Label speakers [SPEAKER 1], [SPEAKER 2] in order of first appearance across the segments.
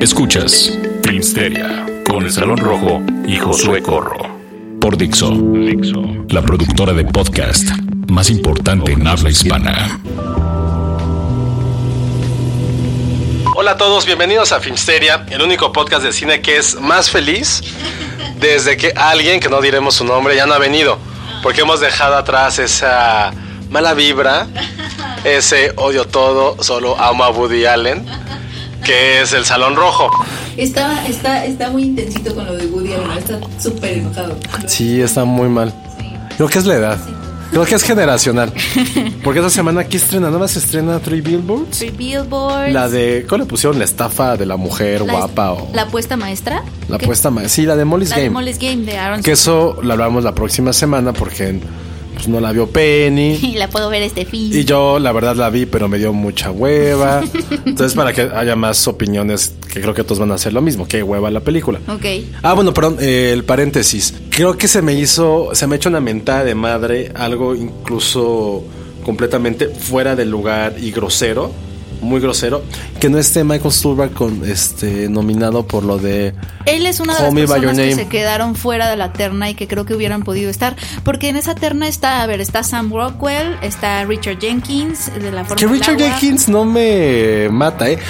[SPEAKER 1] Escuchas Filmsteria con el Salón Rojo y Josué Corro. Por Dixo, la productora de podcast más importante en habla hispana.
[SPEAKER 2] Hola a todos, bienvenidos a Filmsteria, el único podcast de cine que es más feliz desde que alguien, que no diremos su nombre, ya no ha venido. Porque hemos dejado atrás esa mala vibra, ese odio todo, solo amo a Woody Allen, que es el Salón Rojo.
[SPEAKER 3] Está, está, está muy intensito con lo de Woody Allen, está súper enojado.
[SPEAKER 2] Sí, está muy mal. Creo que es la edad. Creo que es generacional. Porque esta semana aquí estrena, ¿no se estrena Three Billboards?
[SPEAKER 3] Three Billboards.
[SPEAKER 2] La de, ¿cómo le pusieron? La estafa de la mujer guapa o
[SPEAKER 3] La apuesta maestra.
[SPEAKER 2] la
[SPEAKER 3] ¿Qué?
[SPEAKER 2] puesta más. Sí, la de Molly's
[SPEAKER 3] La
[SPEAKER 2] Game.
[SPEAKER 3] de Molly's Game de Aaron.
[SPEAKER 2] Que eso lo hablamos la próxima semana porque pues, no la vio Penny.
[SPEAKER 3] Y la puedo ver este fin.
[SPEAKER 2] Y yo, la verdad, la vi, pero me dio mucha hueva. Entonces, para que haya más opiniones, que creo que todos van a hacer lo mismo. Qué hueva la película.
[SPEAKER 3] Ok.
[SPEAKER 2] Ah, bueno, perdón, eh, el paréntesis. Creo que se me hizo, se me ha hecho una mentada de madre, algo incluso completamente fuera del lugar y grosero, muy grosero, que no esté Michael Stuhlbarg con este nominado por lo de
[SPEAKER 3] Él es una de
[SPEAKER 2] Call
[SPEAKER 3] las
[SPEAKER 2] me by your
[SPEAKER 3] personas que
[SPEAKER 2] name.
[SPEAKER 3] se quedaron fuera de la terna y que creo que hubieran podido estar. Porque en esa terna está, a ver, está Sam Rockwell, está Richard Jenkins, de la
[SPEAKER 2] que
[SPEAKER 3] Fórmula
[SPEAKER 2] Richard
[SPEAKER 3] Agua.
[SPEAKER 2] Jenkins no me mata, eh.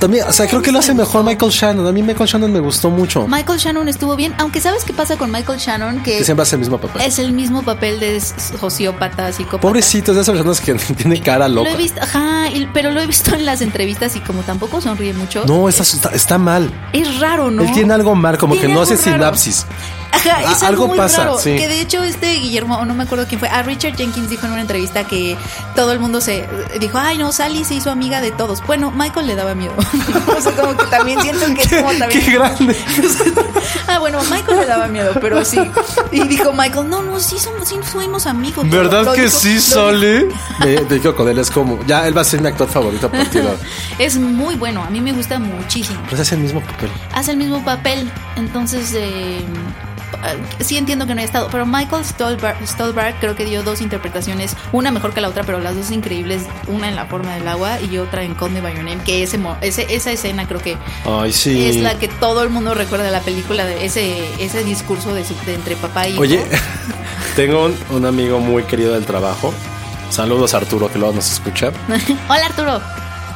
[SPEAKER 2] También, o sea, creo que lo hace mejor Michael Shannon. A mí Michael Shannon me gustó mucho.
[SPEAKER 3] Michael Shannon estuvo bien, aunque ¿sabes qué pasa con Michael Shannon? Que,
[SPEAKER 2] Que siempre hace el mismo papel.
[SPEAKER 3] es el mismo papel de s- sociópata, psicópata.
[SPEAKER 2] Pobrecito, es de esas personas que tiene cara
[SPEAKER 3] Lo
[SPEAKER 2] loca.
[SPEAKER 3] he visto, ajá, y- pero lo he visto en las entrevistas y como tampoco sonríe mucho.
[SPEAKER 2] No, está, está- está mal.
[SPEAKER 3] Es raro, ¿no?
[SPEAKER 2] Él tiene algo mal, como
[SPEAKER 3] Tiene
[SPEAKER 2] que no
[SPEAKER 3] algo
[SPEAKER 2] hace
[SPEAKER 3] raro.
[SPEAKER 2] sinapsis.
[SPEAKER 3] Ajá,
[SPEAKER 2] A-
[SPEAKER 3] es algo,
[SPEAKER 2] algo
[SPEAKER 3] muy
[SPEAKER 2] pasa,
[SPEAKER 3] raro,
[SPEAKER 2] sí.
[SPEAKER 3] Que de hecho este Guillermo, o no me acuerdo quién fue, a Richard Jenkins dijo en una entrevista que todo el mundo se dijo, ay no, Sally se hizo amiga de todos. Bueno, Michael le daba miedo. o sea, como que también siento que es como también.
[SPEAKER 2] Qué grande.
[SPEAKER 3] ah, bueno, Michael le daba miedo, pero sí. Y dijo Michael, no, no, sí somos, sí fuimos amigos. Lo dijo- lo dijo.
[SPEAKER 2] Me, me quedo con él, es como. Ya, él va a ser mi actor favorito a partir de ahora.
[SPEAKER 3] Es muy bueno, a mí me gusta muchísimo.
[SPEAKER 2] Pero se hace el mismo papel.
[SPEAKER 3] hace el mismo papel. Entonces, eh, sí entiendo que no haya estado. Pero Michael Stolbar- Stolberg, creo que dio dos interpretaciones, una mejor que la otra, pero las dos increíbles. Una en La forma del agua y otra en Call Me By Your Name, que ese, mo- ese- esa escena creo que
[SPEAKER 2] Ay, sí.
[SPEAKER 3] es la que todo el mundo recuerda de la película, de ese, ese discurso de, su- de entre papá y hijo.
[SPEAKER 2] Oye, tengo un, un amigo muy querido del trabajo. Saludos a Arturo, que luego nos escucha.
[SPEAKER 3] Hola Arturo.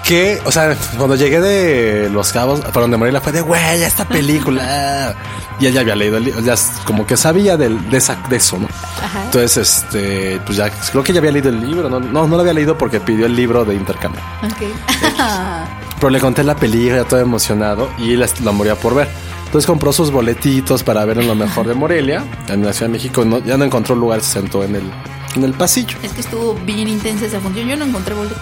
[SPEAKER 2] Que, o sea, cuando llegué de Los Cabos, perdón, de Morelia, fue de, güey, esta película. Y él ya había leído el libro, ya s- como que sabía del, de, esa, de eso, ¿no?
[SPEAKER 3] Ajá.
[SPEAKER 2] Entonces, este, pues ya, creo que ya había leído el libro, ¿no? No, no lo había leído porque pidió el libro de intercambio.
[SPEAKER 3] Ok.
[SPEAKER 2] Pero le conté la película, todo emocionado, y él la moría por ver. Entonces compró sus boletitos para ver en lo mejor de Morelia, en la Ciudad de México. no- ya no encontró lugar, se sentó en el, en el pasillo.
[SPEAKER 3] es que estuvo bien intensa esa función. Yo no encontré boleto.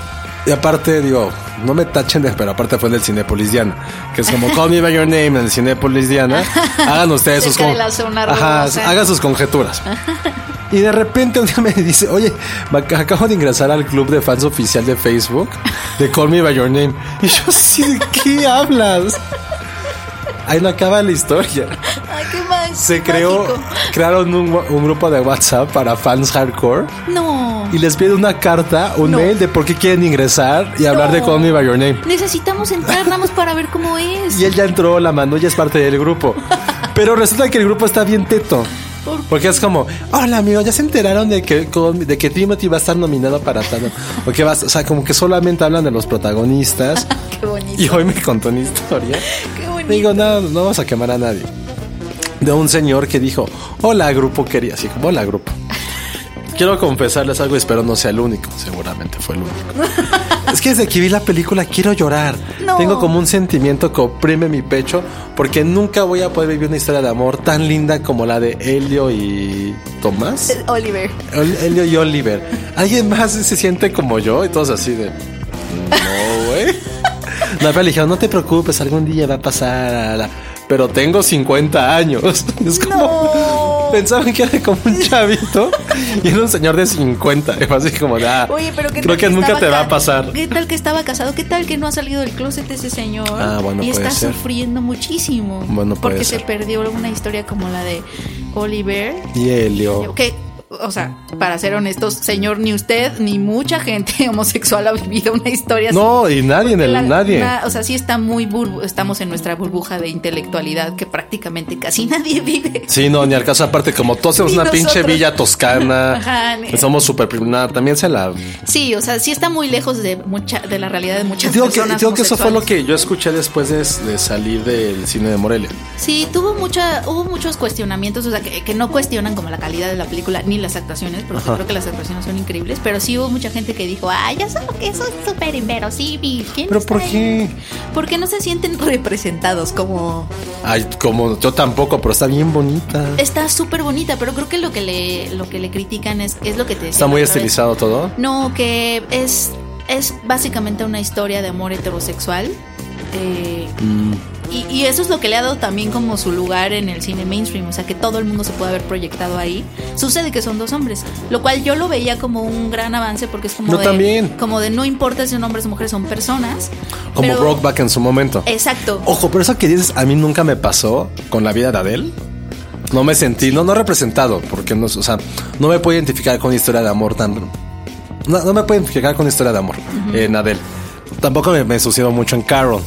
[SPEAKER 2] Y aparte, digo, no me tachen de, pero aparte fue en el Cinépolis Diana, que es como Call Me By Your Name en el Cinépolis Diana. Hagan ustedes sus,
[SPEAKER 3] Cerca de la zona
[SPEAKER 2] Ajá,
[SPEAKER 3] rosa.
[SPEAKER 2] hagan sus conjeturas. Y de repente un día me dice, oye, me ac- acabo de ingresar al club de fans oficial de Facebook de Call Me By Your Name. Y yo así, ¿de qué hablas? Ahí no acaba la historia.
[SPEAKER 3] Ay, qué más.
[SPEAKER 2] Se creó,
[SPEAKER 3] mágico.
[SPEAKER 2] crearon un, wa- un grupo de WhatsApp para fans hardcore
[SPEAKER 3] No.
[SPEAKER 2] y les pide una carta, un
[SPEAKER 3] No.
[SPEAKER 2] mail de por qué quieren ingresar y hablar de
[SPEAKER 3] No.
[SPEAKER 2] Call Me By Your Name.
[SPEAKER 3] Necesitamos entrar nada más para ver cómo es.
[SPEAKER 2] Y él ya entró, la mandó, ya es parte del grupo. Pero resulta que el grupo está bien teto.
[SPEAKER 3] ¿Por
[SPEAKER 2] Porque es como, hola amigo, ya se enteraron de que, con- de que Timothy va a estar nominado para tal. O que vas, o sea, como que solamente hablan de los protagonistas.
[SPEAKER 3] Qué bonito.
[SPEAKER 2] Y hoy me contó una historia.
[SPEAKER 3] Qué bonito.
[SPEAKER 2] Digo, no, no vamos a quemar a nadie. De un señor que dijo, hola grupo quería, así como hola grupo. Quiero confesarles algo, espero no sea el único. Seguramente fue el único. es que desde que vi la película quiero llorar.
[SPEAKER 3] No.
[SPEAKER 2] Tengo como un sentimiento que oprime mi pecho porque nunca voy a poder vivir una historia de amor tan linda como la de Helio y Tomás.
[SPEAKER 3] Oliver.
[SPEAKER 2] Ol- Elio y Oliver. ¿Alguien más se siente como yo? Y todos así de. No, güey. No, pero le dijeron, no te preocupes, algún día va a pasar. a la- Pero tengo 50 años. Es como.
[SPEAKER 3] No.
[SPEAKER 2] Pensaban que era como un chavito y era un señor de 50. Y fue así como, de, ah,
[SPEAKER 3] Oye, pero ¿qué
[SPEAKER 2] creo
[SPEAKER 3] tal
[SPEAKER 2] que nunca
[SPEAKER 3] estaba
[SPEAKER 2] te va a
[SPEAKER 3] ca-
[SPEAKER 2] pasar.
[SPEAKER 3] ¿Qué tal que estaba casado? ¿Qué tal que no ha salido del closet ese señor?
[SPEAKER 2] Ah, bueno,
[SPEAKER 3] y
[SPEAKER 2] puede
[SPEAKER 3] está
[SPEAKER 2] ser.
[SPEAKER 3] sufriendo muchísimo.
[SPEAKER 2] Bueno, puede
[SPEAKER 3] Porque
[SPEAKER 2] ser.
[SPEAKER 3] se perdió alguna historia como la de Oliver.
[SPEAKER 2] Y Helio.
[SPEAKER 3] Que, o sea, para ser honestos, señor, ni usted ni mucha gente homosexual ha vivido una historia así.
[SPEAKER 2] No, y nadie en el.
[SPEAKER 3] La-
[SPEAKER 2] nadie.
[SPEAKER 3] la- o sea, sí está muy burbu estamos en nuestra burbuja de intelectualidad que prácticamente casi nadie vive.
[SPEAKER 2] Sí, no, ni al caso aparte, como todos somos
[SPEAKER 3] Ni
[SPEAKER 2] una pinche
[SPEAKER 3] nosotros.
[SPEAKER 2] villa toscana,
[SPEAKER 3] Ajá, ni-
[SPEAKER 2] somos súper... nada, también se la
[SPEAKER 3] Sí, o sea, sí está muy lejos de mucha de la realidad de muchas
[SPEAKER 2] Digo que,
[SPEAKER 3] personas.
[SPEAKER 2] digo que eso fue lo
[SPEAKER 3] homosexuales.
[SPEAKER 2] que yo escuché después de, de salir del cine de Morelia.
[SPEAKER 3] Sí, tuvo mucha, hubo muchos cuestionamientos, o sea, que, que no cuestionan como la calidad de la película ni las actuaciones, porque creo que las actuaciones son increíbles, pero sí hubo mucha gente que dijo, ay, eso, eso es súper inverosímil. ¿Quién
[SPEAKER 2] ¿Pero
[SPEAKER 3] está
[SPEAKER 2] por
[SPEAKER 3] ahí?".
[SPEAKER 2] qué?
[SPEAKER 3] Porque no se sienten representados como...
[SPEAKER 2] Ay, como yo tampoco, pero está bien bonita.
[SPEAKER 3] Está súper bonita, pero creo que lo que le, lo que le critican es, es lo que te decía
[SPEAKER 2] Está muy
[SPEAKER 3] la otra vez.
[SPEAKER 2] estilizado todo.
[SPEAKER 3] No, que es, es básicamente una historia de amor heterosexual. eh,
[SPEAKER 2] Mm.
[SPEAKER 3] y, y eso es lo que le ha dado también como su lugar en el cine mainstream, o sea que todo el mundo se puede haber proyectado ahí. Sucede que son dos hombres, lo cual yo lo veía como un gran avance porque es como,
[SPEAKER 2] Yo
[SPEAKER 3] de,
[SPEAKER 2] también.
[SPEAKER 3] como de no importa si son hombres o mujeres, son personas.
[SPEAKER 2] Como Oh.
[SPEAKER 3] pero-
[SPEAKER 2] Brokeback en su momento.
[SPEAKER 3] Exacto.
[SPEAKER 2] Ojo, pero eso que dices a mí nunca me pasó con la vida de Adele. No me sentí, no, no representado, porque no, o sea, no me puedo identificar con una historia de amor tan. No, no me puedo identificar con una historia de amor en Adele. Tampoco me, me sucedió mucho en Carol.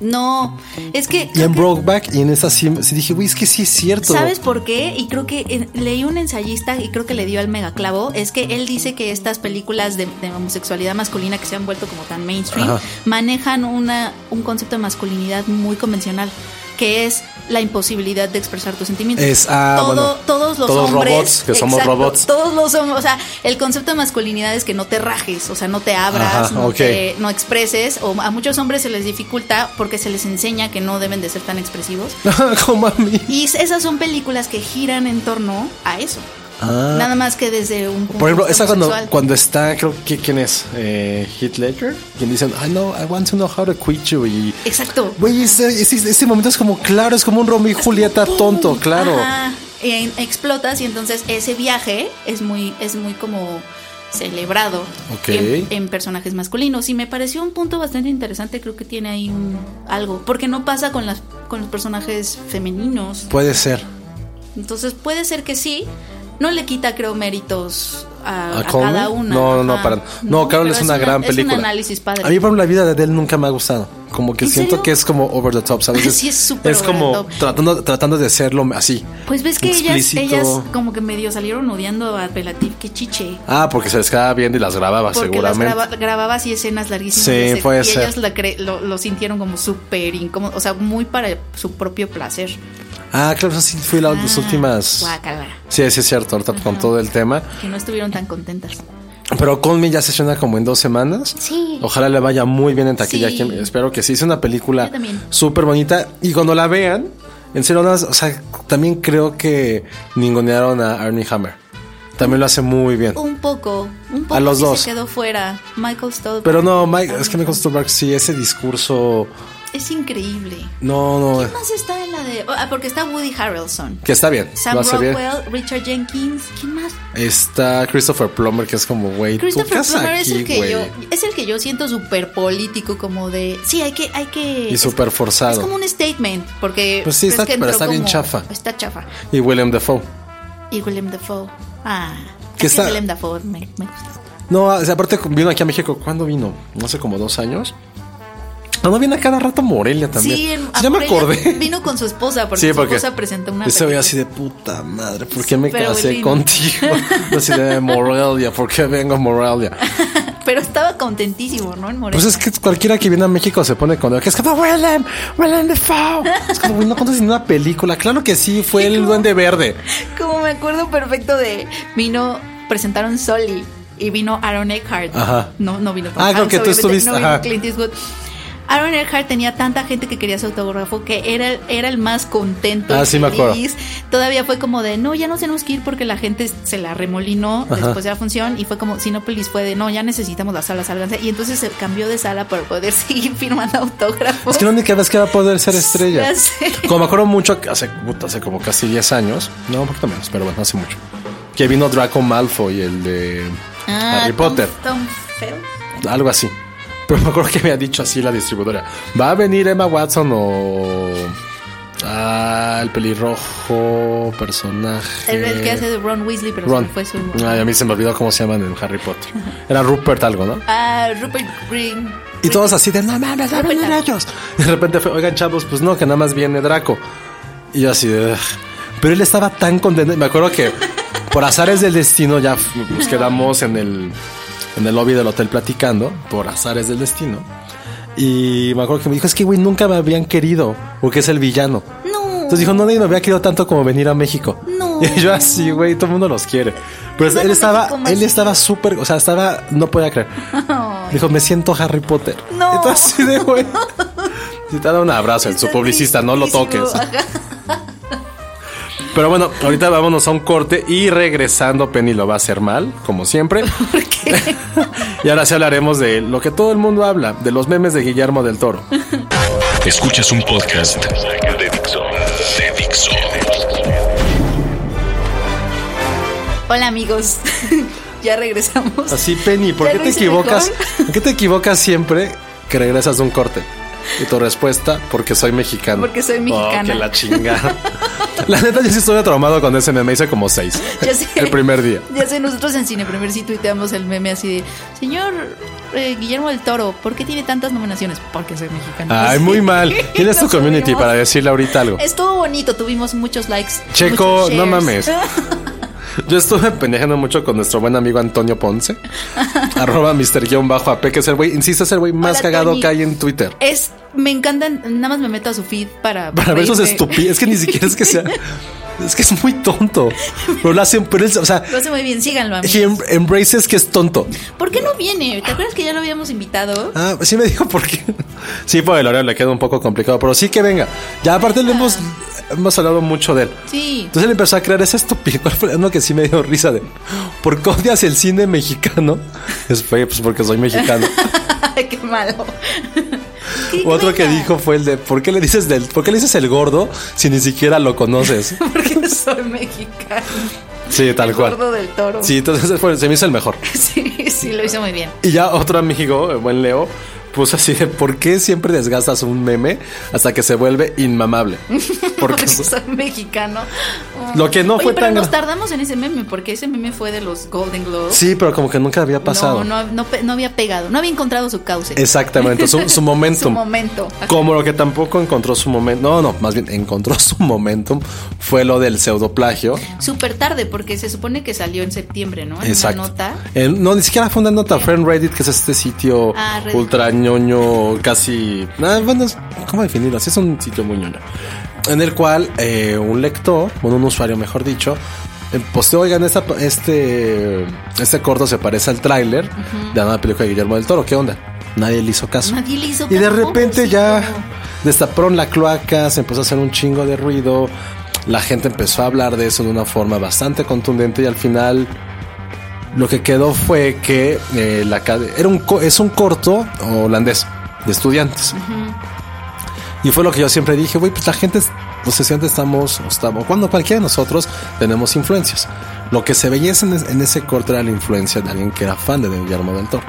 [SPEAKER 3] No, es que...
[SPEAKER 2] Y en Brokeback y en esa sí, sí dije, güey, es que sí es cierto.
[SPEAKER 3] ¿Sabes por qué? Y creo que eh, leí un ensayista y creo que le dio al megaclavo, es que él dice que estas películas de, de homosexualidad masculina que se han vuelto como tan mainstream
[SPEAKER 2] Ajá.
[SPEAKER 3] manejan una, un concepto de masculinidad muy convencional, que es la imposibilidad de expresar tus sentimientos.
[SPEAKER 2] Es- ah, bueno,
[SPEAKER 3] todos los
[SPEAKER 2] todos
[SPEAKER 3] hombres,
[SPEAKER 2] robots, que somos
[SPEAKER 3] exacto,
[SPEAKER 2] robots.
[SPEAKER 3] Todos los hombres, o sea, el concepto de masculinidad es que no te rajes, o sea, no te abras,
[SPEAKER 2] Ajá,
[SPEAKER 3] no
[SPEAKER 2] ok.
[SPEAKER 3] te- no expreses, o a muchos hombres se les dificulta porque se les enseña que no deben de ser tan expresivos.
[SPEAKER 2] Como a mí.
[SPEAKER 3] Y es- esas son películas que giran en torno a eso.
[SPEAKER 2] Ah.
[SPEAKER 3] Nada más que desde un punto
[SPEAKER 2] Por ejemplo,
[SPEAKER 3] de vista
[SPEAKER 2] esa cuando,
[SPEAKER 3] homosexual.
[SPEAKER 2] cuando está, creo que quién es, eh, Heath Ledger, quien dicen, I know, I want to know how to quit you. Y,
[SPEAKER 3] Exacto.
[SPEAKER 2] güey, ese, ese- ese momento es como claro, es como un Romeo y Julieta tonto, claro.
[SPEAKER 3] Ajá. Y en- explotas y entonces ese viaje es muy, es muy como celebrado
[SPEAKER 2] Ok.
[SPEAKER 3] en, en personajes masculinos. Y me pareció un punto bastante interesante, creo que tiene ahí un, algo. Porque no pasa con las con los personajes femeninos.
[SPEAKER 2] Puede ser.
[SPEAKER 3] Entonces puede ser que sí. No le quita, creo, méritos a,
[SPEAKER 2] ¿A
[SPEAKER 3] a
[SPEAKER 2] Coleman?
[SPEAKER 3] cada una.
[SPEAKER 2] No, no, no,
[SPEAKER 3] Ajá.
[SPEAKER 2] para. No, Carol
[SPEAKER 3] pero
[SPEAKER 2] es una gran película.
[SPEAKER 3] Es un análisis padre.
[SPEAKER 2] A mí, por ejemplo, la vida de Adele nunca me ha gustado. Como que
[SPEAKER 3] ¿En
[SPEAKER 2] siento
[SPEAKER 3] serio?
[SPEAKER 2] que es como over the top, ¿sabes?
[SPEAKER 3] Sí, es súper over
[SPEAKER 2] como
[SPEAKER 3] the top.
[SPEAKER 2] Tratando, tratando de hacerlo así.
[SPEAKER 3] pues ves que ellas,
[SPEAKER 2] explícito.
[SPEAKER 3] ellas como que medio salieron odiando a Pelatif, que chiche.
[SPEAKER 2] Ah, porque se les quedaba viendo y las grababa,
[SPEAKER 3] Porque las
[SPEAKER 2] seguramente.
[SPEAKER 3] graba- grababa así escenas larguísimas.
[SPEAKER 2] Sí,
[SPEAKER 3] de ser-
[SPEAKER 2] puede
[SPEAKER 3] y
[SPEAKER 2] ser.
[SPEAKER 3] ellas la cre- lo, lo sintieron como súper incómodo, o sea, muy para su propio placer.
[SPEAKER 2] Ah, claro, eso sí fue la- las
[SPEAKER 3] Ah,
[SPEAKER 2] últimas.
[SPEAKER 3] guácala.
[SPEAKER 2] Sí, sí, es cierto, ahorita con todo el tema.
[SPEAKER 3] Que no estuvieron tan contentas.
[SPEAKER 2] Pero Conmi ya se estrena como en dos semanas.
[SPEAKER 3] Sí.
[SPEAKER 2] Ojalá le vaya muy bien en taquilla.
[SPEAKER 3] Sí.
[SPEAKER 2] aquí. Espero que sí. Es una
[SPEAKER 3] Yo
[SPEAKER 2] película
[SPEAKER 3] también.
[SPEAKER 2] súper bonita. Y cuando la vean, en serio, nada más, o sea, también creo que ningunearon a Arnie Hammer. También lo hace muy bien.
[SPEAKER 3] Un poco, un poco.
[SPEAKER 2] A los
[SPEAKER 3] sí
[SPEAKER 2] dos.
[SPEAKER 3] Se quedó fuera. Michael Stolberg.
[SPEAKER 2] Pero no, Mike, es que me costó sí, ese discurso.
[SPEAKER 3] Es increíble.
[SPEAKER 2] No, no.
[SPEAKER 3] ¿Qué más está en la de.? Ah, porque está Woody Harrelson.
[SPEAKER 2] Que está bien.
[SPEAKER 3] Sam
[SPEAKER 2] lo hace bien.
[SPEAKER 3] Rockwell, Richard Jenkins. ¿Quién más?
[SPEAKER 2] Está Christopher Plummer, que es como, güey, tú qué
[SPEAKER 3] Christopher
[SPEAKER 2] haces
[SPEAKER 3] Plummer es el
[SPEAKER 2] aquí,
[SPEAKER 3] que
[SPEAKER 2] güey.
[SPEAKER 3] yo. Es el que yo siento súper político, como de. Sí, hay que. Hay que
[SPEAKER 2] Y súper forzado.
[SPEAKER 3] Es como un statement. Porque.
[SPEAKER 2] Pues sí,
[SPEAKER 3] pero
[SPEAKER 2] está-
[SPEAKER 3] es que
[SPEAKER 2] pero
[SPEAKER 3] entró
[SPEAKER 2] está bien
[SPEAKER 3] como-
[SPEAKER 2] chafa.
[SPEAKER 3] Está chafa.
[SPEAKER 2] Y William Dafoe.
[SPEAKER 3] Y Willem Dafoe. Ah.
[SPEAKER 2] Que
[SPEAKER 3] es
[SPEAKER 2] está-
[SPEAKER 3] Willem Dafoe me, me gusta.
[SPEAKER 2] No, o sea, aparte vino aquí a México, ¿cuándo vino? No sé, como dos años. Ah, No, no viene a cada rato a Morelia también.
[SPEAKER 3] Sí, en-
[SPEAKER 2] ya me
[SPEAKER 3] Morelia
[SPEAKER 2] acordé.
[SPEAKER 3] Vino con su esposa, porque
[SPEAKER 2] Sí,
[SPEAKER 3] su
[SPEAKER 2] porque
[SPEAKER 3] esposa presentó una.
[SPEAKER 2] Yo se veía
[SPEAKER 3] película.
[SPEAKER 2] así de puta madre, ¿por qué me
[SPEAKER 3] Súper
[SPEAKER 2] casé
[SPEAKER 3] Obelim.
[SPEAKER 2] contigo? Así de Morelia, ¿por qué vengo a Morelia?
[SPEAKER 3] Pero estaba contentísimo, ¿no? En Morelia.
[SPEAKER 2] Pues es que cualquiera que viene a México se pone con que es como Willem, Willem Dafoe. Es como, güey, no conoces ninguna película. Claro que sí, fue el Duende Verde.
[SPEAKER 3] Como me acuerdo perfecto de vino, presentaron Soli y vino Aaron Eckhart.
[SPEAKER 2] Ajá.
[SPEAKER 3] No, no vino Tom
[SPEAKER 2] Ah, creo
[SPEAKER 3] Hanks,
[SPEAKER 2] que tú
[SPEAKER 3] obviamente,
[SPEAKER 2] estuviste,
[SPEAKER 3] No vino
[SPEAKER 2] ajá.
[SPEAKER 3] Clint Eastwood. Aaron Eckhart tenía tanta gente que quería su autógrafo que era, el- era el más contento.
[SPEAKER 2] Ah,
[SPEAKER 3] y
[SPEAKER 2] sí, me acuerdo.
[SPEAKER 3] feliz. Todavía fue como de, no, ya nos tenemos que ir porque la gente se la remolinó después de la función y fue como, Sinopolis fue de, no, ya necesitamos la sala, sálganse. Y entonces se cambió de sala para poder seguir firmando autógrafos.
[SPEAKER 2] Es que la única vez que va a poder ser estrella.
[SPEAKER 3] Ya sé.
[SPEAKER 2] Como me acuerdo mucho, que hace, puta, hace como casi 10 años, no, un poquito menos, pero bueno, hace mucho. Que vino Draco Malfoy, el de
[SPEAKER 3] Ah,
[SPEAKER 2] Harry
[SPEAKER 3] Tom-
[SPEAKER 2] Potter.
[SPEAKER 3] Tom Felton.
[SPEAKER 2] algo así. Pero me acuerdo que me ha dicho así la distribuidora. ¿Va a venir Emma Watson o ah, el pelirrojo personaje?
[SPEAKER 3] El, el que hace de Ron Weasley, pero se
[SPEAKER 2] Ron. Ah,
[SPEAKER 3] me fue su.
[SPEAKER 2] Ay, a mí se me olvidó cómo se llaman en Harry Potter. Era Rupert algo, ¿no?
[SPEAKER 3] Ah, Rupert Green.
[SPEAKER 2] Y todos así de, no mames, ya vienen ellos. De repente fue, oigan chavos, pues no, que nada más viene Draco. Y yo así de, "Ugh". pero él estaba tan contento. Me acuerdo que por azares del destino ya nos quedamos en el, en el lobby del hotel platicando, por azares del destino. Y me acuerdo que me dijo, es que güey, nunca me habían querido, porque es el villano.
[SPEAKER 3] No.
[SPEAKER 2] Entonces dijo, no, nadie me había querido tanto como venir a México.
[SPEAKER 3] No.
[SPEAKER 2] Y yo así, güey, todo el mundo los quiere. Pero
[SPEAKER 3] Bueno,
[SPEAKER 2] él estaba,
[SPEAKER 3] México,
[SPEAKER 2] él
[SPEAKER 3] México.
[SPEAKER 2] estaba súper, o sea, estaba, no podía creer. Dijo, me siento Harry Potter.
[SPEAKER 3] No.
[SPEAKER 2] Y tú así de, güey. Si te da un abrazo, el su publicista, no lo toques. Pero bueno, ahorita vámonos a un corte y regresando, Penny lo va a hacer mal, como siempre.
[SPEAKER 3] ¿Por qué?
[SPEAKER 2] Y ahora sí hablaremos de lo que todo el mundo habla, de los memes de Guillermo del Toro.
[SPEAKER 1] Escuchas un podcast de Dixo. De Dixo.
[SPEAKER 3] Hola, amigos. ya regresamos.
[SPEAKER 2] Así, Penny, ¿por
[SPEAKER 3] ¿Ya
[SPEAKER 2] qué
[SPEAKER 3] lo
[SPEAKER 2] te
[SPEAKER 3] hice
[SPEAKER 2] equivocas?
[SPEAKER 3] mejor?
[SPEAKER 2] ¿Por qué te equivocas siempre que regresas de un corte? Y tu respuesta, porque soy mexicano.
[SPEAKER 3] Porque soy
[SPEAKER 2] Oh,
[SPEAKER 3] mexicana.
[SPEAKER 2] que la chingada. la neta, yo sí estuve traumado con ese meme. Hice como seis.
[SPEAKER 3] Ya sé.
[SPEAKER 2] El primer día.
[SPEAKER 3] Ya sé, nosotros en Cine Premier sí tuiteamos el meme así de: Señor eh, Guillermo del Toro, ¿por qué tiene tantas nominaciones? Porque soy mexicano.
[SPEAKER 2] Ay,
[SPEAKER 3] Sí.
[SPEAKER 2] muy mal. ¿Quién es tu
[SPEAKER 3] Nos
[SPEAKER 2] community
[SPEAKER 3] subimos.
[SPEAKER 2] para decirle ahorita algo?
[SPEAKER 3] Estuvo bonito, tuvimos muchos likes.
[SPEAKER 2] Checo,
[SPEAKER 3] muchos
[SPEAKER 2] no
[SPEAKER 3] shares.
[SPEAKER 2] mames. Yo estuve pendejando mucho con nuestro buen amigo Antonio Ponce. arroba Mr. guión bajo AP, que es el güey, insisto, es el güey más
[SPEAKER 3] Hola,
[SPEAKER 2] cagado
[SPEAKER 3] Tony.
[SPEAKER 2] que hay en Twitter.
[SPEAKER 3] Es, me encantan, nada más me meto a su feed para...
[SPEAKER 2] Para ver sus
[SPEAKER 3] reírme.
[SPEAKER 2] estupideces. Es que ni siquiera es que sea. Es que es muy tonto. Pero lo hacen, pero él, o sea,
[SPEAKER 3] Lo hace muy bien, síganlo, amigos.
[SPEAKER 2] he em- embraces que es tonto.
[SPEAKER 3] ¿Por qué no viene? ¿Te acuerdas que ya lo habíamos invitado?
[SPEAKER 2] Ah, sí me dijo por qué. Sí, por el horario le queda un poco complicado, pero sí que venga. Ya aparte le hemos, hemos hablado mucho de él.
[SPEAKER 3] Sí.
[SPEAKER 2] Entonces él empezó a crear esa estupidez. ¿Cuál fue uno que sí me dio risa de? ¿Por qué odias el cine mexicano? Es fue, pues porque soy mexicano.
[SPEAKER 3] Ay, qué malo. Sí,
[SPEAKER 2] Otro que
[SPEAKER 3] venga.
[SPEAKER 2] dijo fue el de ¿por qué le dices del, por qué le dices el gordo si ni siquiera lo conoces?
[SPEAKER 3] Porque soy mexicano.
[SPEAKER 2] Sí, tal
[SPEAKER 3] El
[SPEAKER 2] cual.
[SPEAKER 3] gordo del toro.
[SPEAKER 2] Sí, entonces fue- se me hizo el mejor.
[SPEAKER 3] Sí, sí, lo hizo muy bien.
[SPEAKER 2] Y ya otro amigo, el buen Leo, puso así de ¿por qué siempre desgastas un meme hasta que se vuelve inmamable? Porque
[SPEAKER 3] Porque soy mexicano.
[SPEAKER 2] Lo que no
[SPEAKER 3] Oye,
[SPEAKER 2] fue
[SPEAKER 3] pero
[SPEAKER 2] tan
[SPEAKER 3] Nos
[SPEAKER 2] gra-
[SPEAKER 3] tardamos en ese meme, porque ese meme fue de los Golden Globes.
[SPEAKER 2] sí, pero como que nunca había pasado.
[SPEAKER 3] No, no, no, pe- no había pegado, no había encontrado su cauce.
[SPEAKER 2] Exactamente, su, su momentum.
[SPEAKER 3] Su momento. Ajá.
[SPEAKER 2] Como lo que tampoco encontró su momento, no, no, más bien encontró su momentum fue lo del pseudoplagio.
[SPEAKER 3] Súper tarde, porque se supone que salió en septiembre, ¿no? En una
[SPEAKER 2] Exacto.
[SPEAKER 3] nota.
[SPEAKER 2] En- Eh, no, ni siquiera fue una nota, fue en Reddit, que es este sitio
[SPEAKER 3] Ah, Reddit.
[SPEAKER 2] ultra ñoño, casi. ah, bueno, es- ¿cómo definirlo? Así es un sitio muy ñoño. En el cual eh, un lector, bueno, un usuario mejor dicho, eh, posteó, oigan, esta- este, este corto se parece al tráiler de la nueva película de Guillermo del Toro. ¿Qué onda? Nadie le hizo caso.
[SPEAKER 3] Nadie le hizo
[SPEAKER 2] Y de
[SPEAKER 3] caso,
[SPEAKER 2] repente
[SPEAKER 3] pobrecito.
[SPEAKER 2] ya destaparon la cloaca, se empezó a hacer un chingo de ruido. La gente empezó a hablar de eso de una forma bastante contundente y al final lo que quedó fue que eh, la cade- era un co- es un corto holandés de estudiantes. Y fue lo que yo siempre dije, güey, pues la gente, es- no sé si antes estamos, o estamos, cuando cualquiera de nosotros tenemos influencias. Lo que se veía en, en ese corto era la influencia de alguien que era fan de Guillermo del Toro.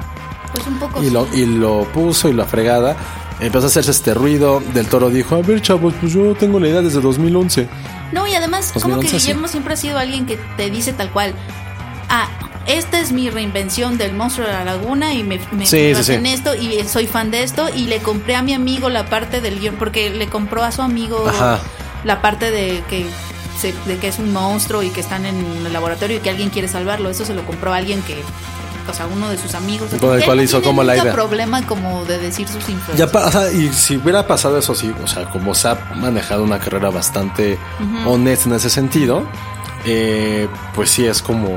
[SPEAKER 3] Pues un poco.
[SPEAKER 2] Y lo, y lo puso y la fregada. Empezó a hacerse este ruido. Del toro dijo: A ver, chavos, pues yo tengo la idea desde 2011.
[SPEAKER 3] No, y además, como que
[SPEAKER 2] 2011, Pues sí.
[SPEAKER 3] Guillermo siempre ha sido alguien que te dice tal cual. Ah, esta es mi reinvención del monstruo de la laguna y me, me
[SPEAKER 2] Sí,
[SPEAKER 3] me
[SPEAKER 2] sí, sí.
[SPEAKER 3] en esto y soy fan de esto y le compré a mi amigo la parte del guión porque le compró a su amigo
[SPEAKER 2] Ajá.
[SPEAKER 3] la parte de que se- de que es un monstruo y que están en el laboratorio y que alguien quiere salvarlo eso se lo compró a alguien que o sea uno de sus amigos O sea,
[SPEAKER 2] Con el
[SPEAKER 3] él
[SPEAKER 2] cual
[SPEAKER 3] no
[SPEAKER 2] hizo
[SPEAKER 3] tiene
[SPEAKER 2] como la
[SPEAKER 3] nunca
[SPEAKER 2] idea.
[SPEAKER 3] problema como de decir sus influencias
[SPEAKER 2] Ya pa- o sea, y si hubiera pasado eso sí, o sea, como se ha manejado una carrera bastante honesta en ese sentido, eh, pues sí es como,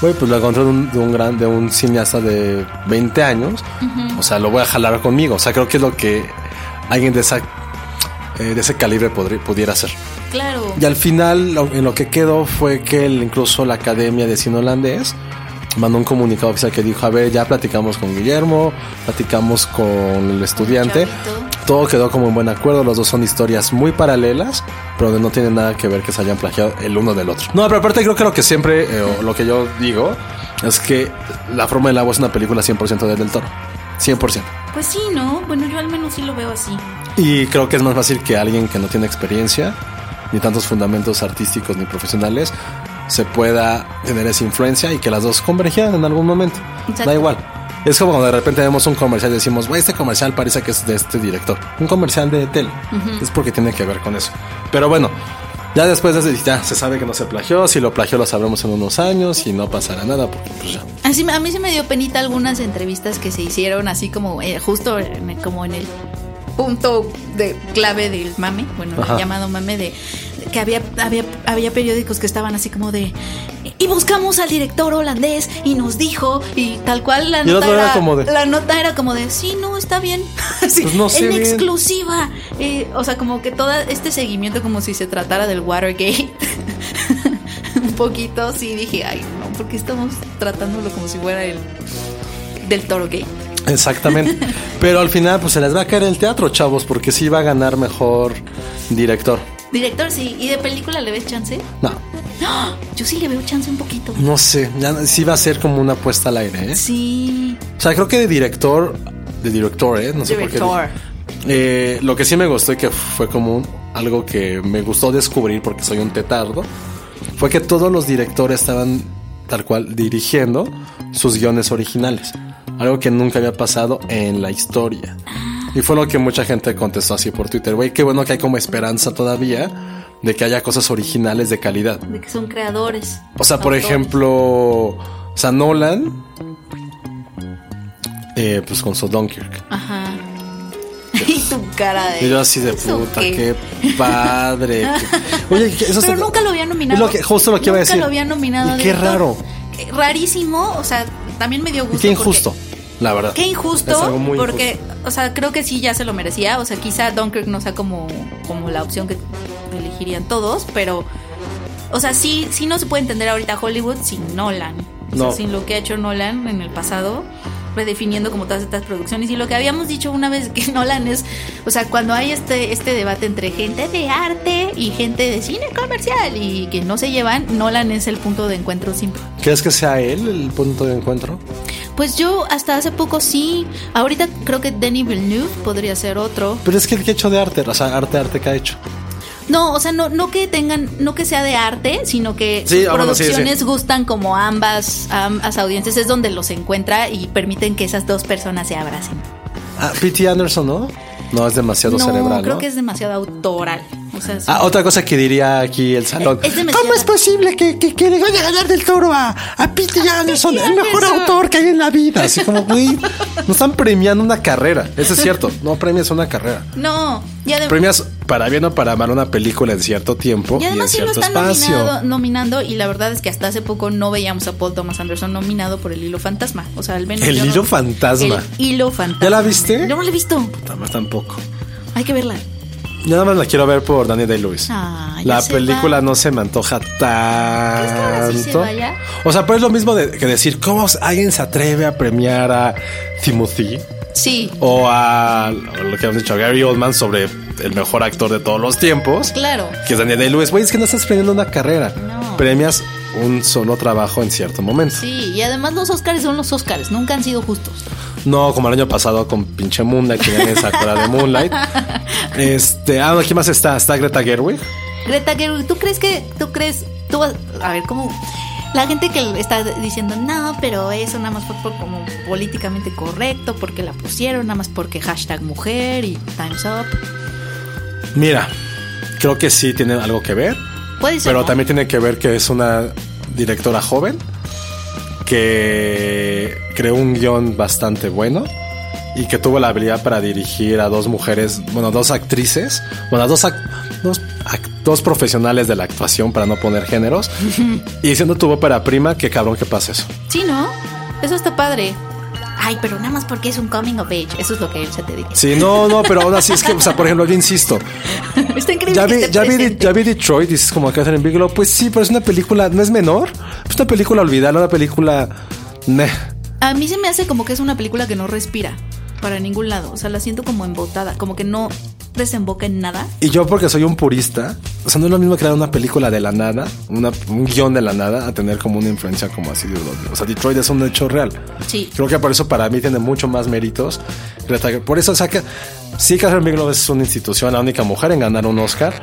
[SPEAKER 2] güey, pues lo encontré de un, de un gran, de un cineasta de 20 años, o sea, lo voy a jalar conmigo, o sea, creo que es lo que alguien de esa eh, de ese calibre podri- pudiera hacer.
[SPEAKER 3] claro
[SPEAKER 2] Y al final, lo- en lo que quedó fue que el- incluso la Academia de Cine Holandés mandó un comunicado oficial que dijo, a ver, ya platicamos con Guillermo, platicamos con el estudiante.
[SPEAKER 3] Chavito.
[SPEAKER 2] Todo quedó como en buen acuerdo, los dos son historias muy paralelas, pero no tienen nada que ver que se hayan plagiado el uno del otro. No, pero aparte creo que lo que siempre, eh, o lo que yo digo, es que La forma del agua es una película 100% de Del Toro. 100%.
[SPEAKER 3] pues sí no bueno yo al menos sí lo veo así
[SPEAKER 2] Y creo que es más fácil que alguien que no tiene experiencia, ni tantos fundamentos artísticos ni profesionales, se pueda tener esa influencia y que las dos convergieran en algún momento.
[SPEAKER 3] Exacto.
[SPEAKER 2] Da igual. Es como cuando de repente vemos un comercial y decimos, güey, este comercial parece que es de este director. Un comercial de tele. Es porque tiene que ver con eso. Pero bueno, ya después de ese- ya se sabe que no se plagió. Si lo plagió lo sabremos en unos años y no pasará nada porque pues ya.
[SPEAKER 3] Así, a mí Ah, sí me dio penita algunas entrevistas que se hicieron así como eh, justo en- como en el punto de clave del mame, bueno,
[SPEAKER 2] Ajá.
[SPEAKER 3] el llamado mame de que había, había había periódicos que estaban así como de y buscamos al director holandés y nos dijo y tal cual la
[SPEAKER 2] Y el
[SPEAKER 3] nota
[SPEAKER 2] otro era
[SPEAKER 3] era
[SPEAKER 2] como de-
[SPEAKER 3] la nota era como de sí no está bien Así,
[SPEAKER 2] Pues no sé
[SPEAKER 3] en
[SPEAKER 2] bien.
[SPEAKER 3] exclusiva Eh, o sea como que todo este seguimiento como si se tratara del Watergate un poquito sí dije, ay, no, porque estamos tratándolo como si fuera el del toro gay.
[SPEAKER 2] Exactamente. Pero al final, pues se les va a caer el teatro, chavos, porque sí va a ganar mejor director.
[SPEAKER 3] Director, sí, ¿y de película le ves chance?
[SPEAKER 2] No,
[SPEAKER 3] ¡Ah! Yo sí le veo chance un poquito.
[SPEAKER 2] no sé. Ya, sí va a ser como una apuesta al aire, ¿eh?
[SPEAKER 3] Sí,
[SPEAKER 2] O sea, creo que de director, de director, ¿eh? No sé por
[SPEAKER 3] Director.
[SPEAKER 2] qué. Eh, lo que sí me gustó y que fue como un- algo que me gustó descubrir porque soy un tetardo, fue que todos los directores estaban tal cual dirigiendo sus guiones originales. Algo que nunca había pasado en la historia. Y fue lo que mucha gente contestó así por Twitter. Güey, qué bueno que hay como esperanza todavía de que haya cosas originales de calidad.
[SPEAKER 3] de que son creadores.
[SPEAKER 2] O sea, por
[SPEAKER 3] autores.
[SPEAKER 2] ejemplo, o sea, Nolan, eh, pues con su Dunkirk.
[SPEAKER 3] Ajá. y tu cara de.
[SPEAKER 2] Y yo así de
[SPEAKER 3] ¿eso
[SPEAKER 2] puta,
[SPEAKER 3] qué?
[SPEAKER 2] qué padre. Oye, que eso
[SPEAKER 3] Pero
[SPEAKER 2] está-
[SPEAKER 3] nunca lo había nominado.
[SPEAKER 2] Es lo que- justo lo que iba a decir.
[SPEAKER 3] Nunca lo había nominado.
[SPEAKER 2] Y qué
[SPEAKER 3] director.
[SPEAKER 2] raro.
[SPEAKER 3] Eh, Rarísimo, o sea, también me dio
[SPEAKER 2] Y
[SPEAKER 3] gusto.
[SPEAKER 2] qué
[SPEAKER 3] porque-
[SPEAKER 2] injusto, la verdad.
[SPEAKER 3] Qué injusto,
[SPEAKER 2] Es algo muy
[SPEAKER 3] porque,
[SPEAKER 2] injusto.
[SPEAKER 3] o sea, creo que sí ya se lo merecía. O sea, quizá Dunkirk no sea como, como la opción que elegirían todos, pero, o sea, sí, sí no se puede entender ahorita Hollywood sin Nolan. O sea,
[SPEAKER 2] No.
[SPEAKER 3] sin lo que ha hecho Nolan en el pasado, redefiniendo como todas estas producciones. Y lo que habíamos dicho una vez que Nolan es, o sea, cuando hay este, este debate entre gente de arte y gente de cine comercial y que no se llevan, Nolan es el punto de encuentro siempre.
[SPEAKER 2] ¿Crees que sea él el punto de encuentro?
[SPEAKER 3] Pues yo hasta hace poco sí. Ahorita creo que Denis Villeneuve podría ser otro.
[SPEAKER 2] Pero es que el que ha hecho de arte, o sea, arte, arte que ha hecho.
[SPEAKER 3] No, o sea, no, no que tengan, no que sea de arte, sino que
[SPEAKER 2] Sí,
[SPEAKER 3] sus
[SPEAKER 2] ah, bueno, sí,
[SPEAKER 3] producciones gustan como ambas, ambas audiencias. Es donde los encuentra y permiten que esas dos personas se abracen.
[SPEAKER 2] Ah, P.T. Anderson, ¿no? No, es demasiado
[SPEAKER 3] no,
[SPEAKER 2] cerebral.
[SPEAKER 3] creo
[SPEAKER 2] ¿no?
[SPEAKER 3] que es demasiado autoral. O sea, sí.
[SPEAKER 2] Ah, otra cosa que diría aquí el salón.
[SPEAKER 3] Eh, es demasiado-
[SPEAKER 2] ¿Cómo es posible que, que, que le vaya a ganar del toro a, a Pete
[SPEAKER 3] Ah,
[SPEAKER 2] Anderson, el mejor
[SPEAKER 3] Anderson.
[SPEAKER 2] autor que hay en la vida? Así como, güey, no están premiando una carrera. Eso es cierto, no premias una carrera.
[SPEAKER 3] no, y además.
[SPEAKER 2] Premias para bien o para mal una película en cierto tiempo y,
[SPEAKER 3] Y
[SPEAKER 2] en
[SPEAKER 3] además sí lo
[SPEAKER 2] cierto
[SPEAKER 3] están
[SPEAKER 2] espacio.
[SPEAKER 3] nominado- nominando y la verdad es que hasta hace poco no veíamos a Paul Thomas Anderson nominado por el hilo fantasma. O sea, al menos
[SPEAKER 2] El
[SPEAKER 3] yo
[SPEAKER 2] Hilo Fantasma.
[SPEAKER 3] El hilo fantasma.
[SPEAKER 2] ¿Ya la viste?
[SPEAKER 3] Yo no la he visto.
[SPEAKER 2] Nada más tampoco.
[SPEAKER 3] Hay que verla.
[SPEAKER 2] Yo nada más la quiero ver por Daniel Day-Lewis.
[SPEAKER 3] Ah, ya
[SPEAKER 2] la
[SPEAKER 3] se
[SPEAKER 2] película
[SPEAKER 3] va.
[SPEAKER 2] no se me antoja
[SPEAKER 3] ¿Crees que ahora
[SPEAKER 2] tanto.
[SPEAKER 3] sí se vaya?
[SPEAKER 2] O sea, pero es lo mismo de- que decir, ¿cómo alguien se atreve a premiar a Timothy?
[SPEAKER 3] Sí,
[SPEAKER 2] o a o lo que hemos dicho a Gary Oldman sobre el mejor actor de todos los tiempos,
[SPEAKER 3] claro.
[SPEAKER 2] que es Daniel Day-Lewis. Güey, es que no estás premiando una carrera.
[SPEAKER 3] No.
[SPEAKER 2] Premias un solo trabajo en cierto momento.
[SPEAKER 3] Sí, y además los Oscars son los Oscars, nunca han sido justos.
[SPEAKER 2] No como el año pasado con pinche Moonlight, que nadie se acuerda de Moonlight. Este, ah, no, ¿quién más está? Está Greta Gerwig.
[SPEAKER 3] Greta Gerwig, ¿tú crees que tú crees tú vas- a ver cómo La gente que está diciendo, no, pero eso nada más fue por como políticamente correcto, porque la pusieron, nada más porque hashtag mujer y time's up.
[SPEAKER 2] Mira, creo que sí tiene algo que ver,
[SPEAKER 3] Puede ser.
[SPEAKER 2] pero
[SPEAKER 3] ¿no?
[SPEAKER 2] también tiene que ver que es una directora joven que creó un guión bastante bueno y que tuvo la habilidad para dirigir a dos mujeres, bueno, dos actrices, bueno, dos, ac- dos, ac- dos profesionales de la actuación para no poner géneros y siendo tu ópera prima, qué cabrón que pasa eso.
[SPEAKER 3] Sí, ¿no? Eso está padre. Ay, pero nada más porque es un coming of age. Eso es lo que él se te dice.
[SPEAKER 2] Sí, no, no, pero aún así es que, o sea, por ejemplo, yo insisto,
[SPEAKER 3] Está increíble.
[SPEAKER 2] ya
[SPEAKER 3] que
[SPEAKER 2] vi,
[SPEAKER 3] esté
[SPEAKER 2] ya, vi, De-
[SPEAKER 3] presente.
[SPEAKER 2] ya vi Detroit, dices como a Catherine Bigelow. Pues sí, pero es una película, no es menor. Es una película olvidada, una película. meh.
[SPEAKER 3] A mí se me hace como que es una película que no respira para ningún lado. O sea, la siento como embotada, como que no desemboca en nada.
[SPEAKER 2] Y yo, porque soy un purista, o sea, no es lo mismo crear una película de la nada, una- un guión de la nada, a tener como una influencia como así de O sea, Detroit es un hecho real.
[SPEAKER 3] Sí.
[SPEAKER 2] Creo que por eso para mí tiene mucho más méritos. Greta Ger- Por eso, o sea, que sí, Catherine Bigelow es una institución, la única mujer en ganar un Oscar,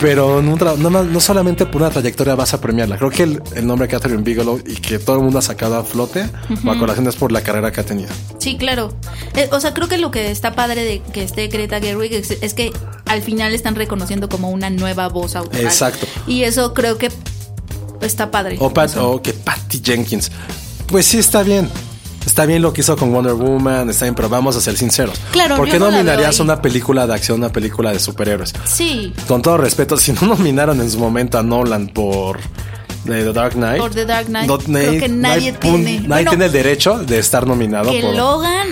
[SPEAKER 2] pero no, tra- no, ma- no solamente por una trayectoria vas a premiarla. Creo que el, el nombre de Catherine Bigelow y que todo el mundo ha sacado a flote, o a colación es por la carrera que ha tenido.
[SPEAKER 3] Sí, claro. Eh, o sea, creo que lo que está padre de que esté Greta Gerwig es, es que al final están reconociendo como una nueva voz autoral.
[SPEAKER 2] Exacto.
[SPEAKER 3] Y eso creo que está padre.
[SPEAKER 2] O, Pat- o que Patty Jenkins. Pues sí, está bien. Está bien lo que hizo con Wonder Woman, está bien, pero vamos a ser sinceros.
[SPEAKER 3] Claro,
[SPEAKER 2] ¿Por
[SPEAKER 3] yo
[SPEAKER 2] qué
[SPEAKER 3] no la veo
[SPEAKER 2] nominarías
[SPEAKER 3] ahí.
[SPEAKER 2] una película de acción, una película de superhéroes?
[SPEAKER 3] Sí,
[SPEAKER 2] Con todo respeto, si no nominaron en su momento a Nolan por eh, The Dark Knight.
[SPEAKER 3] Por The Dark Knight,
[SPEAKER 2] no-
[SPEAKER 3] creo que
[SPEAKER 2] no
[SPEAKER 3] nadie
[SPEAKER 2] hay pun-
[SPEAKER 3] tiene.
[SPEAKER 2] Nadie
[SPEAKER 3] Bueno,
[SPEAKER 2] tiene el derecho de estar nominado
[SPEAKER 3] que
[SPEAKER 2] por.
[SPEAKER 3] Logan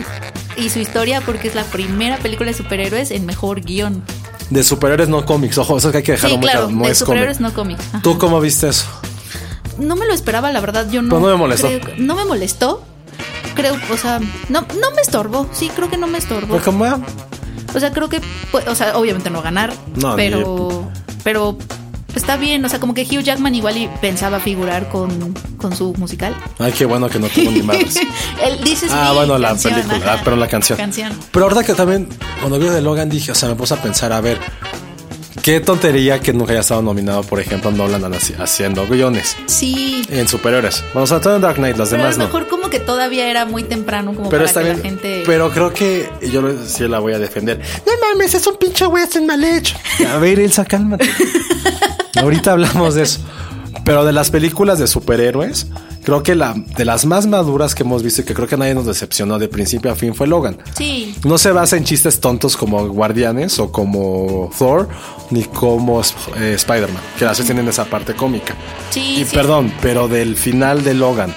[SPEAKER 3] y su historia porque es la primera película de superhéroes en mejor guión.
[SPEAKER 2] De superhéroes no cómics. Ojo, eso es que hay que dejarlo
[SPEAKER 3] sí,
[SPEAKER 2] muy
[SPEAKER 3] claro,
[SPEAKER 2] claro. No
[SPEAKER 3] de
[SPEAKER 2] es
[SPEAKER 3] superhéroes
[SPEAKER 2] cómic.
[SPEAKER 3] no cómics. Ajá.
[SPEAKER 2] ¿Tú cómo viste eso?
[SPEAKER 3] No me lo esperaba, la verdad. Yo no.
[SPEAKER 2] Pero Pues no me molestó.
[SPEAKER 3] creo- no me molestó. Creo, o sea, no, no me estorbó. Sí, creo que no me estorbó.
[SPEAKER 2] Fue como, ah,
[SPEAKER 3] O sea, creo que, pues, o sea, obviamente no ganar,
[SPEAKER 2] No,
[SPEAKER 3] pero, pero está bien. O sea, como que Hugh Jackman igual y pensaba figurar con, con su musical.
[SPEAKER 2] Ay, qué bueno que no tuvo ni madres.
[SPEAKER 3] El This Is
[SPEAKER 2] Ah,
[SPEAKER 3] Me,
[SPEAKER 2] bueno, la
[SPEAKER 3] canción,
[SPEAKER 2] película,
[SPEAKER 3] ajá.
[SPEAKER 2] ah, pero la canción.
[SPEAKER 3] Canción.
[SPEAKER 2] Pero ahorita que también, cuando vi de Logan, dije, o sea, me puse a pensar, a ver, qué tontería que nunca haya estado nominado, por ejemplo, Nolan haci- haciendo guiones
[SPEAKER 3] Sí.
[SPEAKER 2] en superhéroes. Bueno, sobre todo en Dark Knight, las
[SPEAKER 3] Pero a
[SPEAKER 2] demás
[SPEAKER 3] lo
[SPEAKER 2] no.
[SPEAKER 3] mejor como que todavía era muy temprano como
[SPEAKER 2] Pero
[SPEAKER 3] para
[SPEAKER 2] está
[SPEAKER 3] que
[SPEAKER 2] bien.
[SPEAKER 3] la gente...
[SPEAKER 2] Pero creo que yo lo- sí la voy a defender. No mames, es un pinche güey, es mal hecho. A ver, Elsa, cálmate. Ahorita hablamos de eso. Pero de las películas de superhéroes, creo que la de las más maduras que hemos visto y que creo que nadie nos decepcionó de principio a fin fue Logan.
[SPEAKER 3] Sí.
[SPEAKER 2] No se basa en chistes tontos como Guardianes o como Thor, ni como Sp- eh, Spider-Man, que las tienen esa parte cómica.
[SPEAKER 3] Sí,
[SPEAKER 2] y
[SPEAKER 3] sí.
[SPEAKER 2] perdón, pero del final de Logan